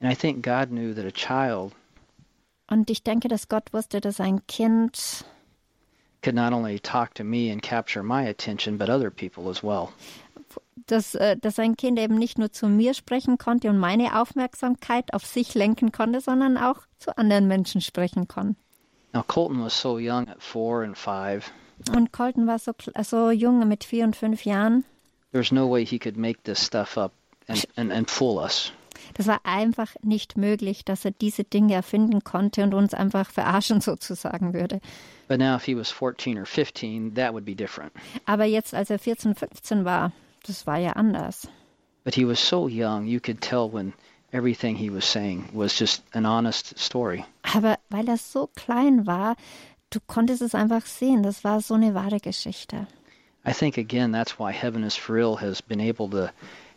Speaker 3: And I think God knew that a child
Speaker 2: Und ich denke, dass Gott wusste, dass ein Kind
Speaker 3: could not only talk to me and capture my attention, but other people as well.
Speaker 2: dass, äh, dass ein Kind eben nicht nur zu mir sprechen konnte und meine Aufmerksamkeit auf sich lenken konnte, sondern auch zu anderen Menschen sprechen konnte.
Speaker 3: Now, Colton was so young at four and five,
Speaker 2: Und Colton war so, kl- so jung mit vier und fünf Jahren.
Speaker 3: there's no way he could make this stuff up and, and, and fool us.
Speaker 2: Das war einfach nicht möglich, dass er diese Dinge erfinden konnte und uns einfach verarschen sozusagen würde.
Speaker 3: But now, if he was 14 or 15, that would be different.
Speaker 2: Aber jetzt, als er 14, 15 war, das war ja anders.
Speaker 3: But he was so young, you could tell when everything he was saying was just an honest story.
Speaker 2: Aber weil er so klein war, du konntest es einfach sehen. Das war so eine wahre Geschichte.
Speaker 3: I think, again, that's why Heaven is For Real has been able to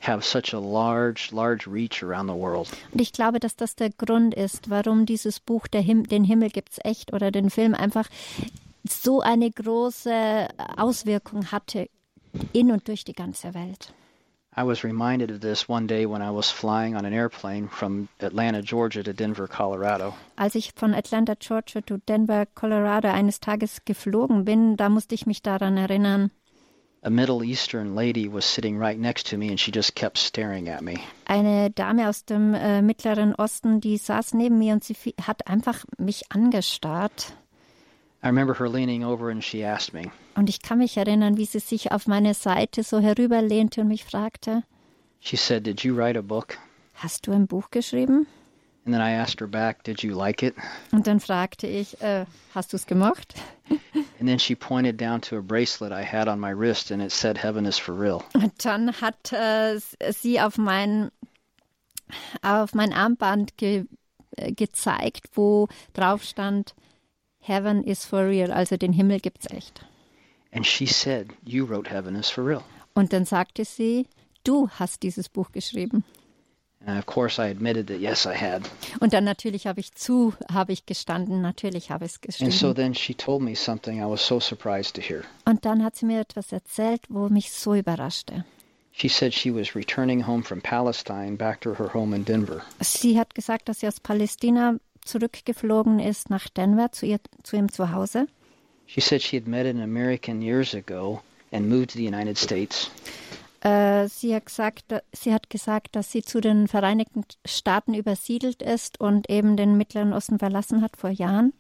Speaker 3: have such a large, large reach around the world.
Speaker 2: Und ich glaube, dass das der Grund ist, warum dieses Buch der Him Den Himmel gibt's echt oder den Film einfach so eine große Auswirkung hatte in und durch die ganze Welt.
Speaker 3: I was reminded of this one day when I was flying on an airplane from Atlanta, Georgia to Denver, Colorado.
Speaker 2: Als ich von Atlanta, Georgia zu Denver, Colorado eines Tages geflogen bin, da musste ich mich daran erinnern,
Speaker 3: A Middle Eastern lady was sitting right next to me and she just kept staring at me.
Speaker 2: eine Dame aus dem äh, Mittleren Osten, die saß neben mir und sie fi- hat einfach mich angestarrt.
Speaker 3: I remember her leaning over and she asked me,
Speaker 2: Und ich kann mich erinnern, wie sie sich auf meine Seite so herüberlehnte und mich fragte,
Speaker 3: She said, Did you write a book?
Speaker 2: hast du ein Buch geschrieben?
Speaker 3: And then I asked her back, Did you like it?
Speaker 2: Und dann fragte ich, äh, hast du es gemacht?
Speaker 3: And then she pointed down to a bracelet I had on my wrist and it said, Heaven is for real.
Speaker 2: Und dann hat äh, s- sie auf mein, auf mein Armband ge, äh, gezeigt, wo drauf stand, Heaven is for real, also den Himmel gibt's echt.
Speaker 3: And she said, You wrote Heaven is for real.
Speaker 2: Und dann sagte sie, du hast dieses Buch geschrieben.
Speaker 3: And of course, I admitted that, yes, I had.
Speaker 2: Und dann natürlich habe ich zu, habe ich gestanden, natürlich habe ich es geschrieben.
Speaker 3: And so then she told me something I was so surprised to hear.
Speaker 2: Und dann hat sie mir etwas erzählt, wo mich so überraschte.
Speaker 3: She said she was returning home from Palestine back to her home in Denver.
Speaker 2: Sie hat gesagt, dass sie aus Palästina zurückgeflogen ist nach Denver zu, ihr, zu ihrem Zuhause.
Speaker 3: She said she had met an American years ago and moved to the United States.
Speaker 2: Äh, sie, hat gesagt, da- sie hat gesagt, dass sie zu den Vereinigten Staaten übersiedelt ist und eben den Mittleren Osten verlassen hat vor Jahren.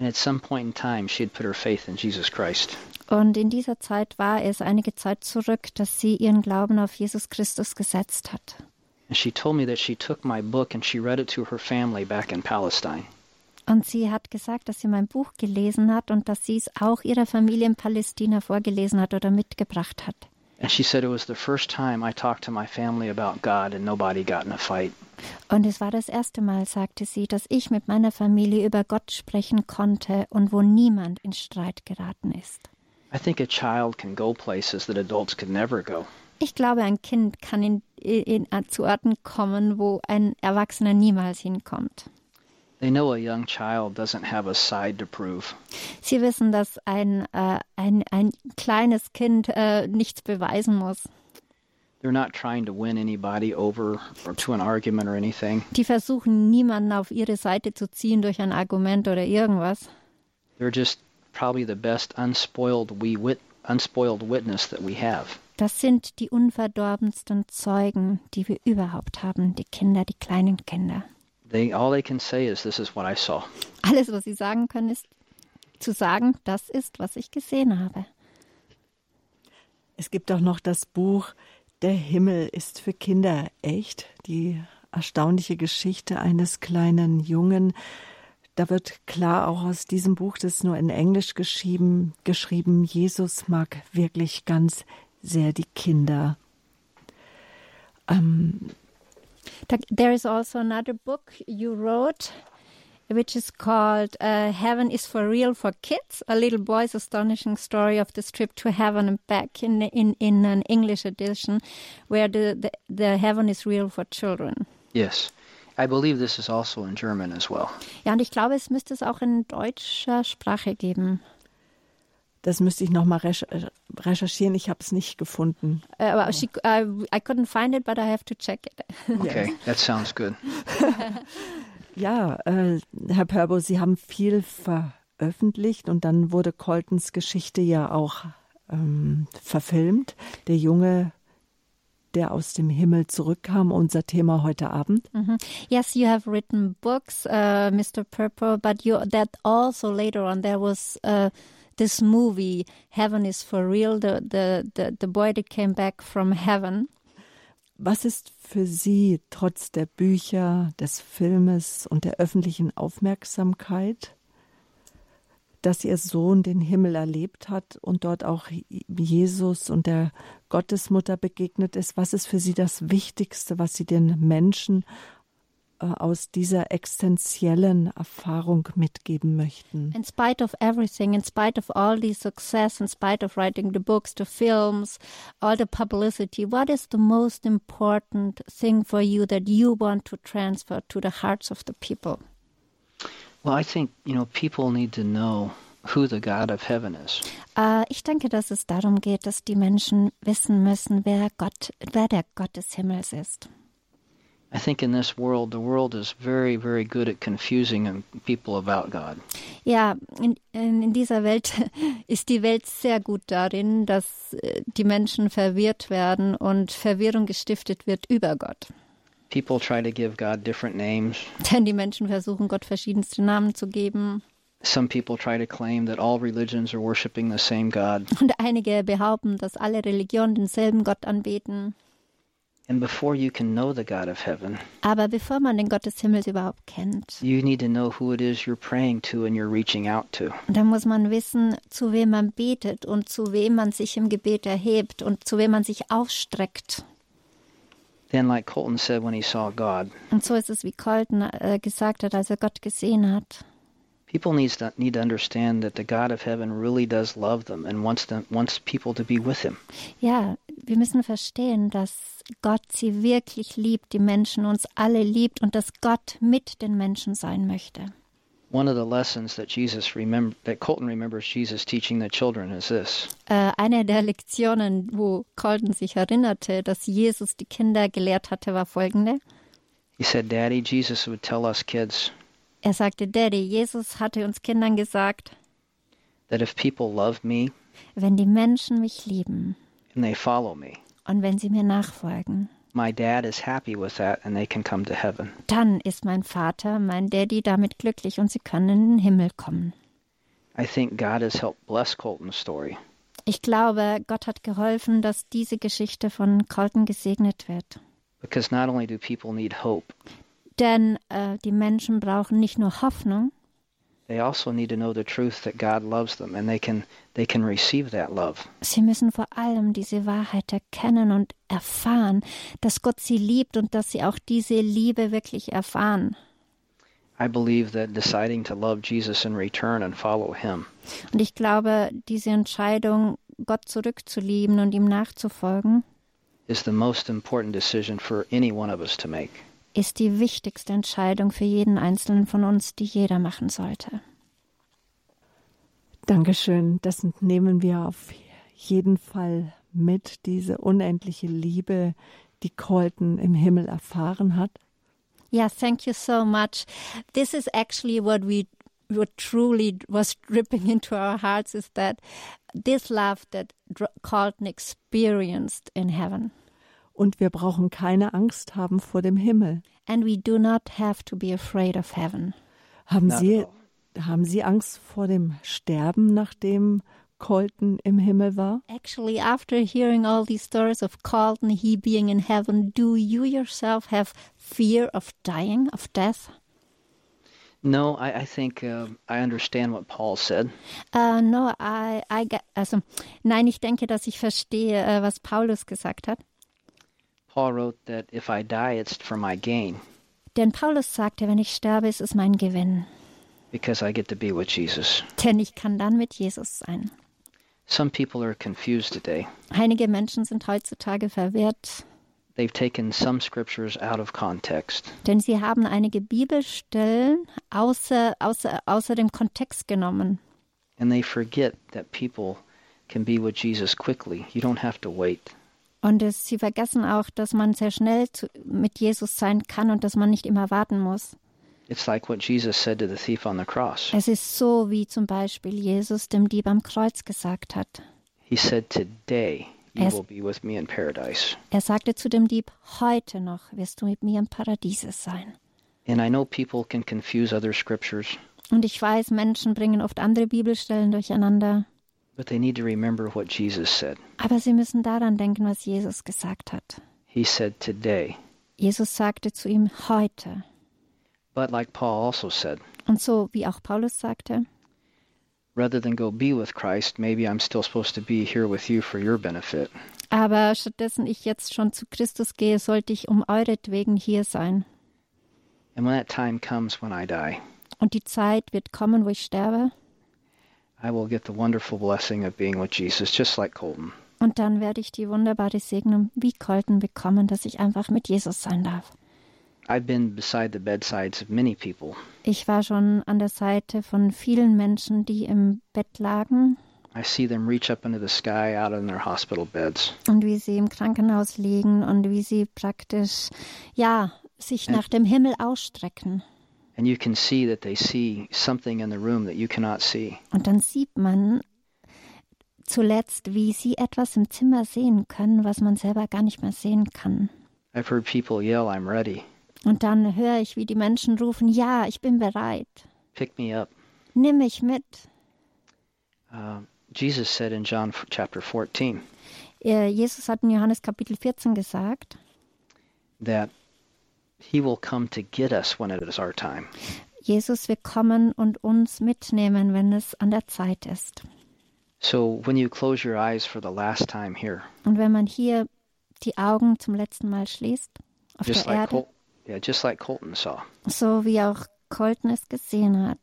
Speaker 3: And at some point in time, she had put her faith in Jesus Christ.
Speaker 2: Und in dieser Zeit war es einige Zeit zurück, dass sie ihren Glauben auf Jesus Christus gesetzt hat.
Speaker 3: And she told me that she took my book and she read it to her family back in Palestine.
Speaker 2: Und sie hat gesagt, dass sie mein Buch gelesen hat und dass sie es auch ihrer Familie in Palästina vorgelesen hat oder mitgebracht hat.
Speaker 3: And she said it was the first time I talked to my family about God and nobody got in a fight.
Speaker 2: Und es war das erste Mal, sagte sie, dass ich mit meiner Familie über Gott sprechen konnte und wo niemand in Streit geraten ist.
Speaker 3: I think a child can go places that adults could never go.
Speaker 2: Ich glaube, ein Kind kann in, in, in, zu Orten kommen, wo ein Erwachsener niemals hinkommt.
Speaker 3: They know a young child doesn't have a side to prove.
Speaker 2: Sie wissen, dass ein, äh, ein, ein kleines Kind äh, nichts beweisen muss.
Speaker 3: They're not trying to win anybody over or to an argument or anything.
Speaker 2: Die versuchen, niemanden auf ihre Seite zu ziehen durch ein Argument oder irgendwas.
Speaker 3: They're just probably the best unspoiled we wit- unspoiled witness that we have.
Speaker 2: Das sind die unverdorbensten Zeugen, die wir überhaupt haben, die Kinder, die kleinen Kinder.
Speaker 3: They all they can say is this is what I saw.
Speaker 2: Alles, was sie sagen können, ist zu sagen, das ist, was ich gesehen habe.
Speaker 1: Es gibt auch noch das Buch Der Himmel ist für Kinder echt, die erstaunliche Geschichte eines kleinen Jungen. Da wird klar auch aus diesem Buch, das ist nur in Englisch geschrieben, geschrieben, Jesus mag wirklich ganz sehr die Kinder. Um,
Speaker 2: there is also another book you wrote which is called uh, Heaven is for Real for Kids, a little boy's astonishing story of this trip to heaven and back in, in, in an English edition where the, the, the Heaven is Real for Children.
Speaker 3: Yes. I believe this is also in German as well.
Speaker 2: Ja, und ich glaube, es müsste es auch in deutscher Sprache geben.
Speaker 1: Das müsste ich nochmal recherchieren. Ich habe es nicht gefunden.
Speaker 2: Uh, she, uh, I couldn't find it, but I have to check it.
Speaker 3: Okay, that sounds good.
Speaker 1: Ja, äh, Herr Perbo, Sie haben viel veröffentlicht und dann wurde Coltons Geschichte ja auch ähm, verfilmt. Der Junge, der aus dem Himmel zurückkam, unser Thema heute Abend.
Speaker 2: Mhm. Yes, you have written books, uh, Mr. Perbo, but you that also later on there was. Uh, this movie, Heaven is for Real, the, the, the, the boy that came back from heaven.
Speaker 1: Was ist für Sie trotz der Bücher, des Filmes und der öffentlichen Aufmerksamkeit, dass Ihr Sohn den Himmel erlebt hat und dort auch Jesus und der Gottesmutter begegnet ist? Was ist für Sie das Wichtigste, was Sie den Menschen äh, aus dieser existenziellen Erfahrung mitgeben möchten.
Speaker 2: In spite of everything, in spite of all the success, in spite of writing the books, the films, all the publicity, what is the most important thing for you that you want to transfer to the hearts of the people?
Speaker 3: Well, I think, you know, people need to know who the God of heaven is.
Speaker 2: Uh, ich denke, dass es darum geht, dass die Menschen wissen müssen, wer Gott, wer der Gott des Himmels ist.
Speaker 3: I think in this world, the world is very, very good at confusing people about God.
Speaker 2: Ja, in, in, dieser Welt ist die Welt sehr gut darin, dass äh, die Menschen verwirrt werden und Verwirrung gestiftet wird über Gott.
Speaker 3: People try to give God different names.
Speaker 2: Denn die Menschen versuchen, Gott verschiedenste Namen zu geben.
Speaker 3: Some people try to claim that all religions are worshiping the same God.
Speaker 2: Und einige behaupten, dass alle Religionen denselben Gott anbeten.
Speaker 3: And before you can know the God of heaven,
Speaker 2: aber bevor man den Gott des Himmels überhaupt kennt,
Speaker 3: you need to know who it is you're praying to and you're reaching out to.
Speaker 2: Dann muss man wissen, zu wem man betet und zu wem man sich im Gebet erhebt und zu wem man sich aufstreckt.
Speaker 3: Then, like Colton said when he saw God,
Speaker 2: und so ist es, wie Colton äh, gesagt hat, als er Gott gesehen hat.
Speaker 3: People needs to, need to understand that the God of heaven really does love them and wants them wants people to be with him.
Speaker 2: Ja, wir müssen verstehen, dass Gott sie wirklich liebt, die Menschen uns alle liebt und dass Gott mit den Menschen sein möchte.
Speaker 3: One of the lessons that Jesus remember that Colton remembers Jesus teaching the children is this.
Speaker 2: Uh, eine der Lektionen, wo Colton sich erinnerte, dass Jesus die Kinder gelehrt hatte, war folgende.
Speaker 3: He said, "Daddy, Jesus would tell us kids."
Speaker 2: Er sagte, Daddy, Jesus hatte uns Kindern gesagt,
Speaker 3: that if people love me,
Speaker 2: wenn die Menschen mich lieben,
Speaker 3: and they follow me,
Speaker 2: und wenn sie mir nachfolgen.
Speaker 3: Is
Speaker 2: Dann ist mein Vater, mein Daddy damit glücklich und sie können in den Himmel kommen. Ich glaube, Gott hat geholfen, dass diese Geschichte von Colton gesegnet wird.
Speaker 3: Hope,
Speaker 2: denn äh, die Menschen brauchen nicht nur Hoffnung,
Speaker 3: They also need to know the truth that God loves them and they can they can receive that love.
Speaker 2: Sie müssen vor allem diese Wahrheit erkennen und erfahren, dass Gott sie liebt und dass sie auch diese Liebe wirklich erfahren.
Speaker 3: I believe that deciding to love Jesus and return and follow him.
Speaker 2: Und ich glaube, diese Entscheidung Gott zurückzulieben und ihm nachzufolgen
Speaker 3: is the most important decision for any one of us to make.
Speaker 2: ist die wichtigste Entscheidung für jeden Einzelnen von uns, die jeder machen sollte.
Speaker 1: Dankeschön, das nehmen wir auf jeden Fall mit, diese unendliche Liebe, die Colton im Himmel erfahren hat.
Speaker 2: Yeah, thank you so much. This is actually what we what truly was dripping into our hearts is that this love that Colton experienced in heaven.
Speaker 1: und wir brauchen keine Angst haben vor dem Himmel.
Speaker 2: And we do not have to be afraid of heaven.
Speaker 1: Haben not Sie haben Sie Angst vor dem Sterben, nachdem Colton im Himmel war?
Speaker 2: Actually, after hearing all these stories of Colton, he being in heaven, do you yourself have fear of dying, of death?
Speaker 3: No, I, I think uh, I understand what Paul said.
Speaker 2: Uh, no, I, äh, I get, also, nein, ich denke, dass ich verstehe, was Paulus gesagt hat.
Speaker 3: Paul wrote that if I die, it's for my gain,
Speaker 2: Denn Paulus sagte, wenn ich sterbe, ist es mein Gewinn.
Speaker 3: because I get to be with Jesus.
Speaker 2: Denn ich kann dann mit Jesus sein.
Speaker 3: Some people are confused today.
Speaker 2: Einige Menschen sind heutzutage verwirrt,
Speaker 3: They've taken some scriptures out of context.
Speaker 2: denn sie haben einige Bibelstellen außer, außer, außer dem Kontext genommen.
Speaker 3: and they forget that people can be with Jesus quickly. You don't have to wait.
Speaker 2: Und es, sie vergessen auch, dass man sehr schnell zu, mit Jesus sein kann und dass man nicht immer warten muss.
Speaker 3: It's like what Jesus said to the thief on the cross.
Speaker 2: Es ist so, wie zum Beispiel Jesus dem Dieb am Kreuz gesagt hat.
Speaker 3: He said, Today you
Speaker 2: Yes.
Speaker 3: will be with me in paradise.
Speaker 2: Er sagte zu dem Dieb, heute noch wirst du mit mir im Paradiese sein.
Speaker 3: And I know people can confuse other scriptures,
Speaker 2: Und ich weiß, Menschen bringen oft andere Bibelstellen durcheinander,
Speaker 3: but they need to remember what Jesus said.
Speaker 2: aber sie müssen daran denken, was Jesus gesagt hat.
Speaker 3: He said, Today.
Speaker 2: Jesus sagte zu ihm, heute.
Speaker 3: But like Paul also said,
Speaker 2: Und so, wie auch Paulus sagte,
Speaker 3: rather than go be with Christ, maybe I'm still supposed to be here with you for your benefit.
Speaker 2: aber stattdessen ich jetzt schon zu Christus gehe, sollte ich um euretwegen hier sein.
Speaker 3: And when that time comes when I die,
Speaker 2: Und die Zeit wird kommen, wo ich sterbe,
Speaker 3: I will get the wonderful blessing of being with Jesus, just like Colton.
Speaker 2: und dann werde ich die wunderbare Segnung wie Colton bekommen, dass ich einfach mit Jesus sein darf.
Speaker 3: I've been beside the bedsides of many people.
Speaker 2: Ich war schon an der Seite von vielen Menschen, die im Bett lagen
Speaker 3: I see them reach up into the sky out on their hospital beds.
Speaker 2: und wie sie im Krankenhaus liegen und wie sie praktisch, ja, sich nach dem Himmel ausstrecken.
Speaker 3: And you can see that they see something in the room that you cannot see.
Speaker 2: Und dann sieht man zuletzt, wie sie etwas im Zimmer sehen können, was man selber gar nicht mehr sehen kann.
Speaker 3: I've heard people yell, I'm ready.
Speaker 2: Und dann höre ich, wie die Menschen rufen, ja, ich bin bereit,
Speaker 3: Pick me up.
Speaker 2: nimm mich mit.
Speaker 3: Uh, Jesus said in John f- chapter 14
Speaker 2: Äh, Jesus hat in Johannes Kapitel 14 gesagt,
Speaker 3: that he will come to get us when it is our time.
Speaker 2: Jesus wird kommen und uns mitnehmen, wenn es an der Zeit ist.
Speaker 3: So when you close your eyes for the last time here,
Speaker 2: Und wenn man hier die Augen zum letzten Mal schließt, auf
Speaker 3: just
Speaker 2: der
Speaker 3: like
Speaker 2: Erde,
Speaker 3: Col- yeah, just like Colton saw.
Speaker 2: so wie auch Colton es gesehen hat.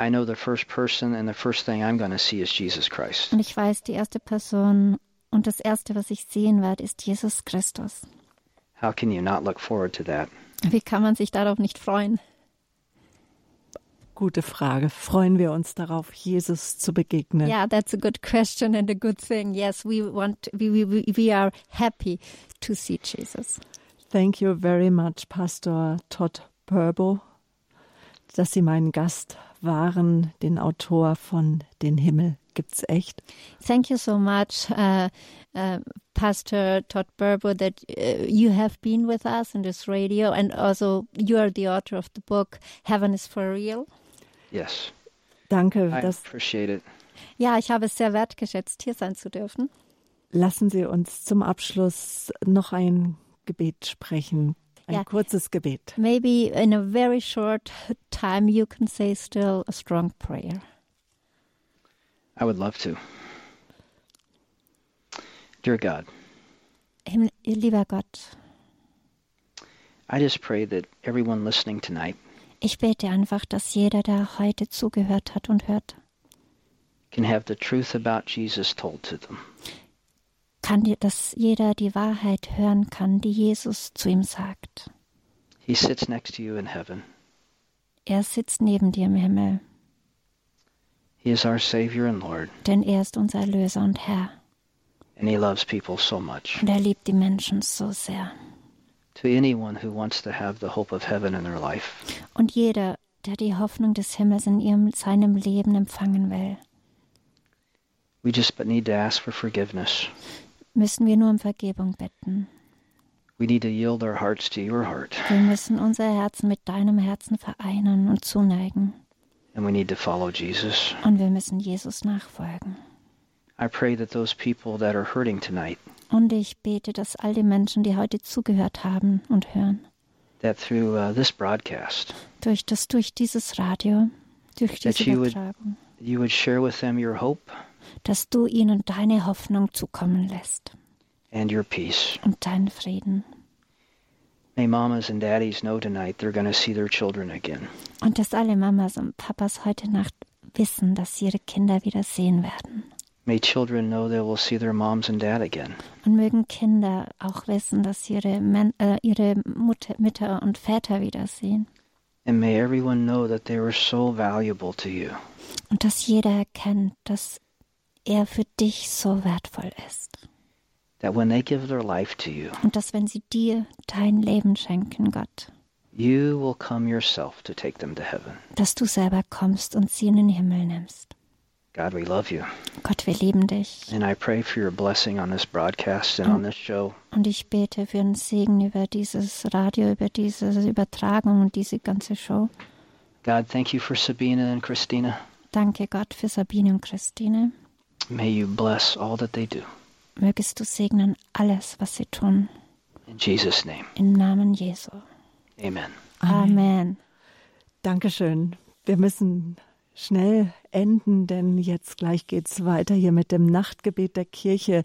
Speaker 3: I know the first person and the first thing I'm going to see is Jesus Christ.
Speaker 2: Und ich weiß, die erste Person und das Erste, was ich sehen werde, ist Jesus Christus.
Speaker 3: How can you not look forward to that?
Speaker 2: Wie kann man sich darauf nicht freuen?
Speaker 1: Gute Frage. Freuen wir uns darauf, Jesus zu begegnen.
Speaker 2: Yeah, that's a good question and a good thing. Yes, we want, we, we- we, we are happy to see Jesus.
Speaker 1: Thank you very much, Pastor Todd Purbo, dass Sie mein Gast waren, den Autor von Den Himmel. Gibt's echt?
Speaker 2: Thank you so much, uh, uh, Pastor Todd Burbo, that uh, you have been with us in this radio, and also you are the author of the book Heaven is for Real.
Speaker 3: Yes.
Speaker 1: Danke,
Speaker 3: I
Speaker 1: das
Speaker 3: appreciate it.
Speaker 2: Ja, ich habe es sehr wertgeschätzt, hier sein zu dürfen.
Speaker 1: lassen Sie uns zum Abschluss noch ein Gebet sprechen. Ein
Speaker 2: Ja.
Speaker 1: kurzes Gebet.
Speaker 2: Maybe in a very short time you can say still a strong prayer.
Speaker 3: I would love to. Dear God,
Speaker 2: Himmel, lieber Gott,
Speaker 3: I just pray that everyone listening tonight
Speaker 2: ich bete einfach, dass jeder, der heute zugehört hat und hört,
Speaker 3: can have the truth about Jesus told to them.
Speaker 2: kann, dir- dass jeder die Wahrheit hören kann, die Jesus zu ihm sagt.
Speaker 3: He sits next to you in heaven.
Speaker 2: Er sitzt neben dir im Himmel.
Speaker 3: He is our Savior and Lord,
Speaker 2: denn er ist unser Erlöser und Herr
Speaker 3: and He loves people so much.
Speaker 2: und er liebt die Menschen so sehr.
Speaker 3: To anyone who wants to have the hope of heaven in their life,
Speaker 2: Und jeder, der die Hoffnung des Himmels in ihrem, seinem Leben empfangen will,
Speaker 3: we just but need to ask for forgiveness.
Speaker 2: müssen wir nur um Vergebung bitten.
Speaker 3: We need to yield our hearts to your heart,
Speaker 2: Wir müssen unser Herzen mit deinem Herzen vereinen und zuneigen
Speaker 3: and we need to follow Jesus.
Speaker 2: und wir müssen Jesus nachfolgen.
Speaker 3: I pray that those people that are hurting tonight,
Speaker 2: Und ich bete, dass all die Menschen, die heute zugehört haben und hören,
Speaker 3: that through uh, this broadcast,
Speaker 2: durch das, durch dieses Radio, durch
Speaker 3: That
Speaker 2: diese
Speaker 3: you would-
Speaker 2: Übertragung,
Speaker 3: you would share with them your hope
Speaker 2: dass du ihnen deine Hoffnung zukommen lässt
Speaker 3: and your peace.
Speaker 2: und deinen Frieden.
Speaker 3: hey, mamas and daddies know tonight they're going to see their children again.
Speaker 2: Und dass alle Mamas und Papas heute Nacht wissen, dass sie ihre Kinder wieder sehen werden.
Speaker 3: May children know they will see their moms and dad again.
Speaker 2: Und mögen Kinder auch wissen, dass sie ihre, Men äh, ihre Mutter, Mütter und Väter wiedersehen.
Speaker 3: And may everyone know that they were so valuable to you.
Speaker 2: Und dass jeder erkennt, dass er für dich so wertvoll ist.
Speaker 3: That when they give their life to you,
Speaker 2: Und dass wenn sie dir dein Leben schenken, Gott,
Speaker 3: you will come yourself to take them to heaven.
Speaker 2: dass du selber kommst und sie in den Himmel nimmst.
Speaker 3: God, we love you.
Speaker 2: Gott, wir lieben dich.
Speaker 3: And I pray for your blessing on this broadcast and on this show.
Speaker 2: Und ich bete für einen Segen über dieses Radio, über diese Übertragung und diese ganze Show.
Speaker 3: God, thank you for Sabina and Christina.
Speaker 2: Danke, Gott, für Sabine und Christine.
Speaker 3: May you bless all that they do.
Speaker 2: Mögest du segnen alles, was sie tun.
Speaker 3: In Jesus' name,
Speaker 2: Im Namen Jesu.
Speaker 3: amen.
Speaker 2: Amen.
Speaker 1: Dankeschön. Wir müssen schnell enden, denn jetzt gleich geht's weiter hier mit dem Nachtgebet der Kirche.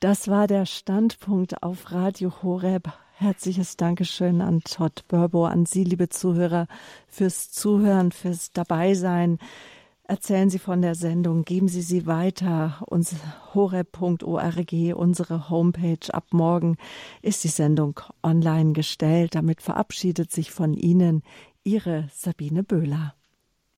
Speaker 1: Das war der Standpunkt auf Radio Horeb. Herzliches Dankeschön an Todd Burbo, an Sie, liebe Zuhörer, fürs Zuhören, fürs Dabeisein. Erzählen Sie von der Sendung, geben Sie sie weiter. Uns horeb.org, unsere Homepage. Ab morgen ist die Sendung online gestellt. Damit verabschiedet sich von Ihnen Ihre Sabine Böhler.